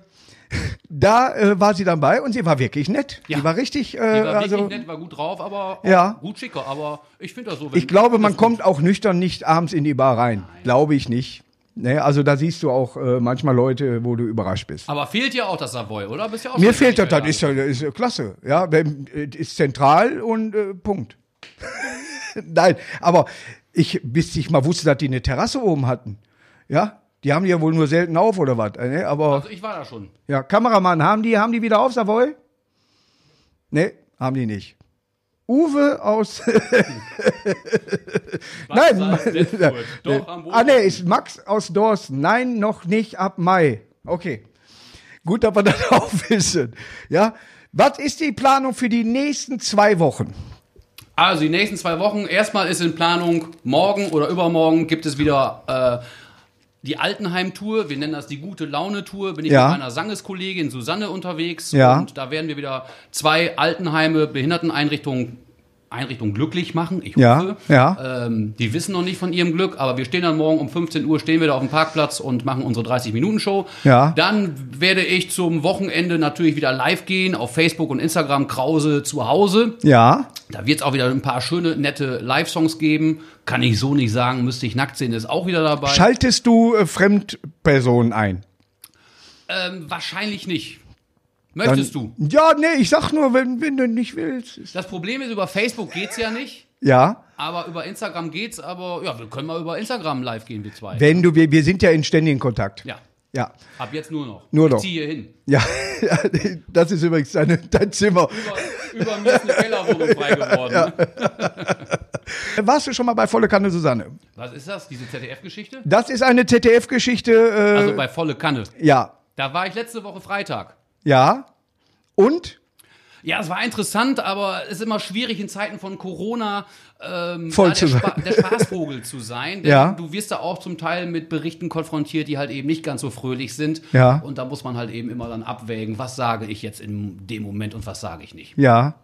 Speaker 1: da äh, war sie dabei und sie war wirklich nett.
Speaker 2: Ja.
Speaker 1: Die war richtig, äh,
Speaker 2: Die war
Speaker 1: also,
Speaker 2: wirklich nett, war gut drauf, aber auch
Speaker 1: Ja.
Speaker 2: gut schicker. Aber ich finde das so. wenn-
Speaker 1: Ich glaube, man kommt auch nüchtern nicht abends in die Bar rein. Glaube ich nicht. Ne, also da siehst du auch äh, manchmal Leute, wo du überrascht bist.
Speaker 2: Aber fehlt ja auch das Savoy, oder? Bist ja auch
Speaker 1: Mir
Speaker 2: schon
Speaker 1: fehlt das,
Speaker 2: nicht mehr
Speaker 1: das ist, ja- das ist ja klasse. Ja, wenn- äh, ist zentral und äh, Punkt. Nein, aber ich, bis ich mal wusste, dass die eine Terrasse oben hatten. Ja, die haben die ja wohl nur selten auf oder was. äh, Ne? Aber
Speaker 2: Also ich war da schon.
Speaker 1: ja, Kameramann, haben die, haben die wieder auf Savoy? Ne, haben die nicht. Uwe aus. Nein,
Speaker 2: Bad Salzburg. Doch, am
Speaker 1: Ah,
Speaker 2: Boden.
Speaker 1: ne, ist Max aus Dorsten. Nein, noch nicht ab Mai. Okay. Gut, dass wir das auch wissen. Ja. Was ist die Planung für die nächsten zwei Wochen?
Speaker 2: Also die nächsten zwei Wochen, erstmal ist in Planung, morgen oder übermorgen gibt es wieder äh, die Altenheim-Tour. Wir nennen das die gute Laune-Tour. Bin ich
Speaker 1: Ja.
Speaker 2: mit meiner Sangeskollegin Susanne unterwegs.
Speaker 1: Ja.
Speaker 2: Und da werden wir wieder zwei Altenheime, Behinderteneinrichtungen, Einrichtungen glücklich machen. Ich
Speaker 1: Ja,
Speaker 2: hoffe.
Speaker 1: ja.
Speaker 2: Ähm, die wissen noch nicht von ihrem Glück, aber wir stehen dann morgen um 15 Uhr, stehen wir da auf dem Parkplatz und machen unsere 30-Minuten-Show.
Speaker 1: Ja.
Speaker 2: Dann werde ich zum Wochenende natürlich wieder live gehen auf Facebook und Instagram Krause zu Hause.
Speaker 1: Ja.
Speaker 2: Da wird es auch wieder ein paar schöne, nette Live-Songs geben. Kann ich so nicht sagen, müsste ich nackt sehen, ist auch wieder dabei.
Speaker 1: Schaltest du äh, Fremdpersonen ein?
Speaker 2: ähm, wahrscheinlich nicht. Möchtest du?
Speaker 1: Ja, nee, ich sag nur, wenn, wenn du nicht willst.
Speaker 2: Das Problem ist, über Facebook geht's ja nicht,
Speaker 1: Ja.
Speaker 2: aber über Instagram geht's, aber ja, wir können mal über Instagram live gehen, wir zwei.
Speaker 1: Wenn du, wir, wir sind ja in ständigem Kontakt.
Speaker 2: ja,
Speaker 1: Ja.
Speaker 2: ab jetzt nur noch.
Speaker 1: Nur noch.
Speaker 2: Ich ziehe hier hin.
Speaker 1: Ja, das ist übrigens deine, dein Zimmer.
Speaker 2: Über, über mir ist eine Kellerwohnung frei geworden.
Speaker 1: Warst du schon mal bei Volle Kanne Susanne?
Speaker 2: Was ist das, diese ZDF-Geschichte?
Speaker 1: Das ist eine ZDF-Geschichte. Äh,
Speaker 2: Also bei volle Kanne.
Speaker 1: ja,
Speaker 2: Da war ich letzte Woche Freitag.
Speaker 1: ja. Und
Speaker 2: Ja, es war interessant, aber es ist immer schwierig in Zeiten von Corona ähm,
Speaker 1: Voll
Speaker 2: da
Speaker 1: zu sein.
Speaker 2: der, Spa- der Spaßvogel zu sein. Denn
Speaker 1: Ja.
Speaker 2: Du wirst da auch zum Teil mit Berichten konfrontiert, die halt eben nicht ganz so fröhlich sind.
Speaker 1: Ja.
Speaker 2: Und da muss man halt eben immer dann abwägen, was sage ich jetzt in dem Moment und was sage ich nicht.
Speaker 1: ja,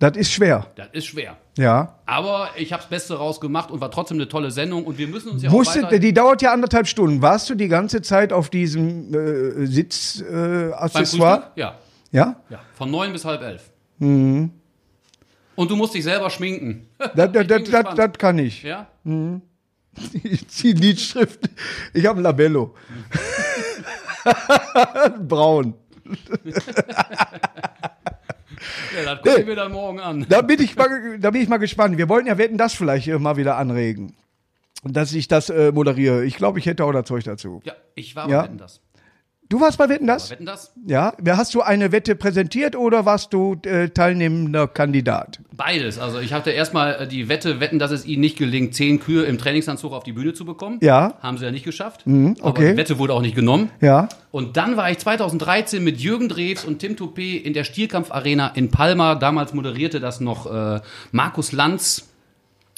Speaker 1: das ist schwer.
Speaker 2: Das ist schwer.
Speaker 1: Ja.
Speaker 2: Aber ich habe das Beste rausgemacht und war trotzdem eine tolle Sendung und wir müssen uns ja auch
Speaker 1: Wusstet,
Speaker 2: weiter...
Speaker 1: die dauert ja anderthalb Stunden. Warst du die ganze Zeit auf diesem äh, Sitz, äh,
Speaker 2: beim
Speaker 1: Accessoire?
Speaker 2: Frühstück? Ja.
Speaker 1: Ja?
Speaker 2: Ja. Von neun bis halb elf.
Speaker 1: Mhm.
Speaker 2: Und du musst dich selber schminken.
Speaker 1: Das, das, das,
Speaker 2: bin
Speaker 1: das,
Speaker 2: gespannt.
Speaker 1: das kann ich.
Speaker 2: ja?
Speaker 1: Ich ziehe Liedschrift. Ich habe ein Labello. Braun.
Speaker 2: ja, das gucken wir dann morgen an.
Speaker 1: Da bin, ich mal, da bin ich mal gespannt. Wir wollen ja, werden das vielleicht äh, mal wieder anregen, dass ich das äh, moderiere. Ich glaube, ich hätte auch das Zeug dazu.
Speaker 2: Ja, ich war bei
Speaker 1: Ja.
Speaker 2: Wetten das.
Speaker 1: Du warst bei Wetten
Speaker 2: Bei
Speaker 1: das?
Speaker 2: Wetten das?
Speaker 1: Ja. Wer- Hast du eine Wette präsentiert oder warst du äh, teilnehmender Kandidat?
Speaker 2: Beides. Also ich hatte erstmal äh, die Wette, wetten, dass es ihnen nicht gelingt, zehn Kühe im Trainingsanzug auf die Bühne zu bekommen.
Speaker 1: Ja. Mhm,
Speaker 2: Haben sie ja nicht geschafft.
Speaker 1: okay.
Speaker 2: Aber die Wette wurde auch nicht genommen.
Speaker 1: Ja.
Speaker 2: Und dann war ich 2013 mit Jürgen Drews und Tim Toupé in der Stierkampf-Arena in Palma. Damals moderierte das noch äh, Markus Lanz.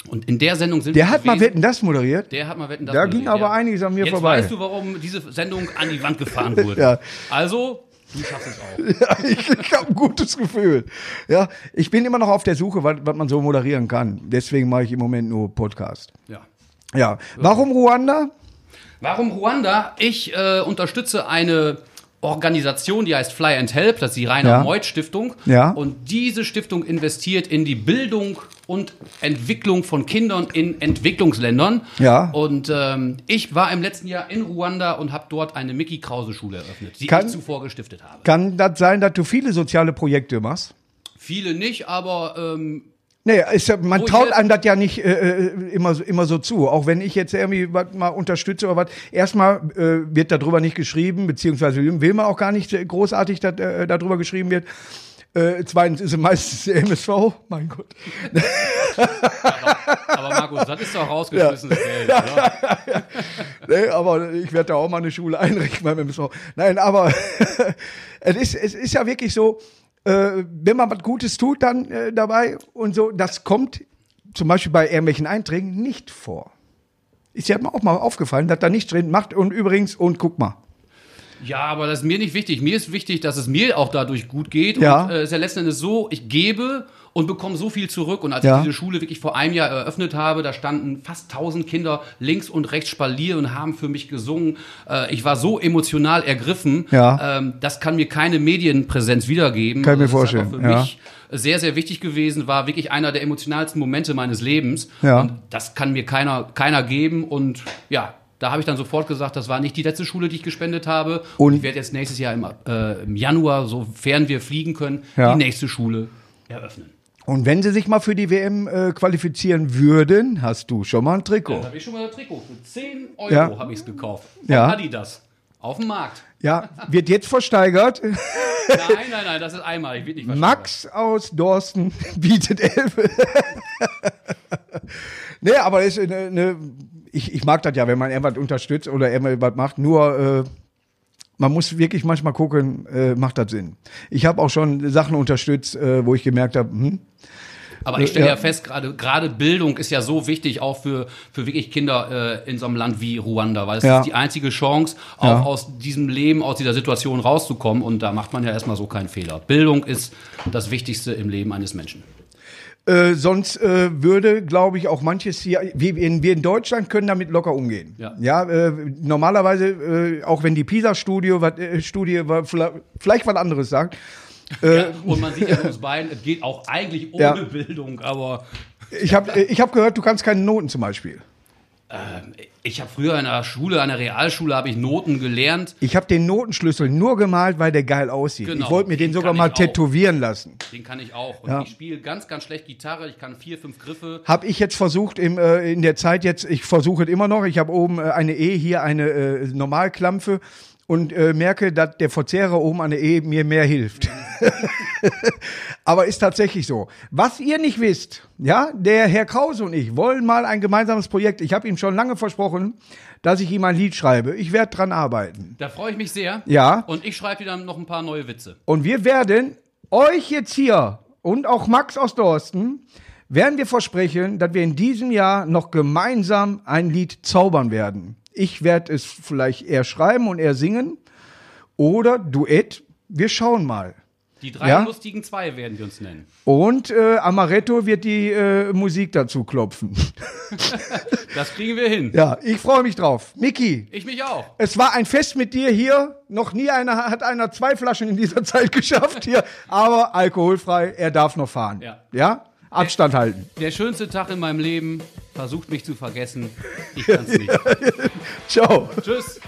Speaker 2: Und in der Sendung sind
Speaker 1: Der
Speaker 2: wir
Speaker 1: hat mal
Speaker 2: gewesen.
Speaker 1: Wetten das moderiert.
Speaker 2: Der hat mal wetten, das
Speaker 1: Da ging
Speaker 2: moderiert,
Speaker 1: aber einiges an mir
Speaker 2: Jetzt
Speaker 1: vorbei.
Speaker 2: weißt du, warum diese Sendung an die Wand gefahren wurde.
Speaker 1: Ja.
Speaker 2: Also, du schaffst es auch.
Speaker 1: Ja, ich ich habe ein gutes Gefühl. Ja, ich bin immer noch auf der Suche, was, was man so moderieren kann. Deswegen mache ich im Moment nur Podcast.
Speaker 2: Ja.
Speaker 1: Ja. Warum Ruanda?
Speaker 2: Warum Ruanda? Ich äh, unterstütze eine Organisation, die heißt Fly and Help, das ist die Rainer
Speaker 1: Ja.
Speaker 2: Meuth Stiftung.
Speaker 1: Ja.
Speaker 2: Und diese Stiftung investiert in die Bildung und Entwicklung von Kindern in Entwicklungsländern.
Speaker 1: Ja.
Speaker 2: Und ähm, ich war im letzten Jahr in Ruanda und habe dort eine Mickey Krause Schule eröffnet, die
Speaker 1: Kann-
Speaker 2: ich zuvor gestiftet habe.
Speaker 1: Kann das sein, dass du viele soziale Projekte machst?
Speaker 2: Viele nicht, aber ähm,
Speaker 1: Nee, ist, ja- man
Speaker 2: Oh,
Speaker 1: traut
Speaker 2: hier-
Speaker 1: einem das ja nicht äh, äh, immer, so- immer so zu. Auch wenn ich jetzt irgendwie was mal unterstütze oder was. Erstmal äh, wird darüber nicht geschrieben, beziehungsweise will man auch gar nicht großartig, dass äh, darüber geschrieben wird. Äh, zweitens ist es meistens der MSV. Mein Gott.
Speaker 2: aber Markus, das ist ne? doch rausgeschmissenes Geld. Oder?
Speaker 1: Nee, aber ich werde da auch mal eine Schule einrichten beim MSV. Nein, aber es, ist, es ist ja wirklich so, äh, wenn man was Gutes tut dann äh, dabei und so, das kommt zum Beispiel bei irgendwelchen Einträgen nicht vor. Ist ja auch mal aufgefallen, dass da nichts drin macht und übrigens, und guck mal.
Speaker 2: Ja, aber das ist mir nicht wichtig. Mir ist wichtig, dass es mir auch dadurch gut geht.
Speaker 1: Ja.
Speaker 2: Und äh, ist ja letzten Endes so, ich gebe und bekomme so viel zurück. Und als
Speaker 1: Ja.
Speaker 2: ich diese Schule wirklich vor einem Jahr eröffnet habe, da standen fast 1000 Kinder links und rechts spalier und haben für mich gesungen. Äh, ich war so emotional ergriffen.
Speaker 1: Ja.
Speaker 2: Ähm, das kann mir keine Medienpräsenz wiedergeben.
Speaker 1: Kann ich mir
Speaker 2: das ist einfach
Speaker 1: vorstellen,
Speaker 2: Für
Speaker 1: ja.
Speaker 2: mich sehr, sehr wichtig gewesen, war wirklich einer der emotionalsten Momente meines Lebens.
Speaker 1: Ja.
Speaker 2: Und das kann mir keiner, keiner geben. Und ja, da habe ich dann sofort gesagt, das war nicht die letzte Schule, die ich gespendet habe.
Speaker 1: Und-
Speaker 2: Und ich werde jetzt nächstes Jahr im, äh, im Januar, sofern wir fliegen können,
Speaker 1: Ja.
Speaker 2: die nächste Schule eröffnen.
Speaker 1: Und wenn sie sich mal für die WM äh, qualifizieren würden, hast du schon mal ein
Speaker 2: Da
Speaker 1: Trikot.
Speaker 2: habe ich schon mal ein Trikot. Für 10 Euro
Speaker 1: Ja.
Speaker 2: habe ich es gekauft. Von
Speaker 1: Ja.
Speaker 2: Adidas. Auf dem Markt.
Speaker 1: Ja, wird jetzt versteigert.
Speaker 2: Nein, nein, nein, das ist einmal. Ich will nicht versteigert.
Speaker 1: Max aus Dorsten bietet elf. nee, aber ist eine, eine, ich, ich mag das ja, wenn man irgendwas unterstützt oder irgendwas macht. Nur äh, man muss wirklich manchmal gucken, äh, macht das Sinn. Ich habe auch schon Sachen unterstützt, äh, wo ich gemerkt habe, hm,
Speaker 2: Aber ich stelle
Speaker 1: Ja.
Speaker 2: ja, fest, gerade gerade Bildung ist ja so wichtig, auch für, für wirklich Kinder äh, in so einem Land wie Ruanda, weil es
Speaker 1: Ja.
Speaker 2: ist die einzige Chance, auch
Speaker 1: Ja.
Speaker 2: aus diesem Leben, aus dieser Situation rauszukommen. Und da macht man ja erstmal so keinen Fehler. Bildung ist das Wichtigste im Leben eines Menschen.
Speaker 1: äh, sonst äh, würde, glaube ich, auch manches hier, wie in, wir in Deutschland können damit locker umgehen.
Speaker 2: Ja.
Speaker 1: äh, normalerweise, äh, auch wenn die PISA-Studie, was, äh, Studie, was, vielleicht, vielleicht was anderes sagt,
Speaker 2: Und man sieht ja an uns beiden, es geht auch eigentlich
Speaker 1: Äh,
Speaker 2: ohne
Speaker 1: Ja.
Speaker 2: Bildung, aber
Speaker 1: Ich habe ich hab gehört, du kannst keine Noten zum Beispiel.
Speaker 2: äh, ich habe früher in der Schule, an der Realschule, habe ich Noten gelernt.
Speaker 1: Ich habe den Notenschlüssel nur gemalt, weil der geil aussieht.
Speaker 2: Genau.
Speaker 1: Ich wollte mir den
Speaker 2: Den
Speaker 1: sogar
Speaker 2: kann
Speaker 1: mal
Speaker 2: ich auch.
Speaker 1: tätowieren lassen.
Speaker 2: Den kann ich auch. Und ich spiele ganz, ganz schlecht Gitarre. Ich kann vier, fünf Griffe.
Speaker 1: Habe ich jetzt versucht, im, äh, in der Zeit jetzt, ich versuche es immer noch, ich habe oben äh, eine E, hier eine äh, Normalklampfe und äh, merke, dass der Verzehrer oben an der E mir mehr hilft. Aber ist tatsächlich so. Was ihr nicht wisst, ja, der Herr Krause und ich wollen mal ein gemeinsames Projekt. Ich habe ihm schon lange versprochen, dass ich ihm ein Lied schreibe. Ich werde dran arbeiten.
Speaker 2: Da freue ich mich sehr.
Speaker 1: Ja.
Speaker 2: Und ich schreibe dir dann noch ein paar neue Witze.
Speaker 1: Und wir werden euch jetzt hier und auch Max aus Dorsten, werden wir versprechen, dass wir in diesem Jahr noch gemeinsam ein Lied zaubern werden. Ich werde es vielleicht eher schreiben und eher singen oder Duett. Wir schauen mal.
Speaker 2: Die drei
Speaker 1: Ja?
Speaker 2: lustigen zwei werden wir uns nennen.
Speaker 1: Und äh, Amaretto wird die äh, Musik dazu klopfen.
Speaker 2: Das kriegen wir hin.
Speaker 1: Ja, ich freue mich drauf. Miki,
Speaker 2: Ich mich auch.
Speaker 1: es war ein Fest mit dir hier. Noch nie einer hat einer zwei Flaschen in dieser Zeit geschafft hier. Aber alkoholfrei, er darf noch fahren.
Speaker 2: Ja.
Speaker 1: ja? Abstand halten.
Speaker 2: Der schönste Tag in meinem Leben. Versucht mich zu vergessen. Ich kann's nicht.
Speaker 1: Ciao.
Speaker 2: Tschüss.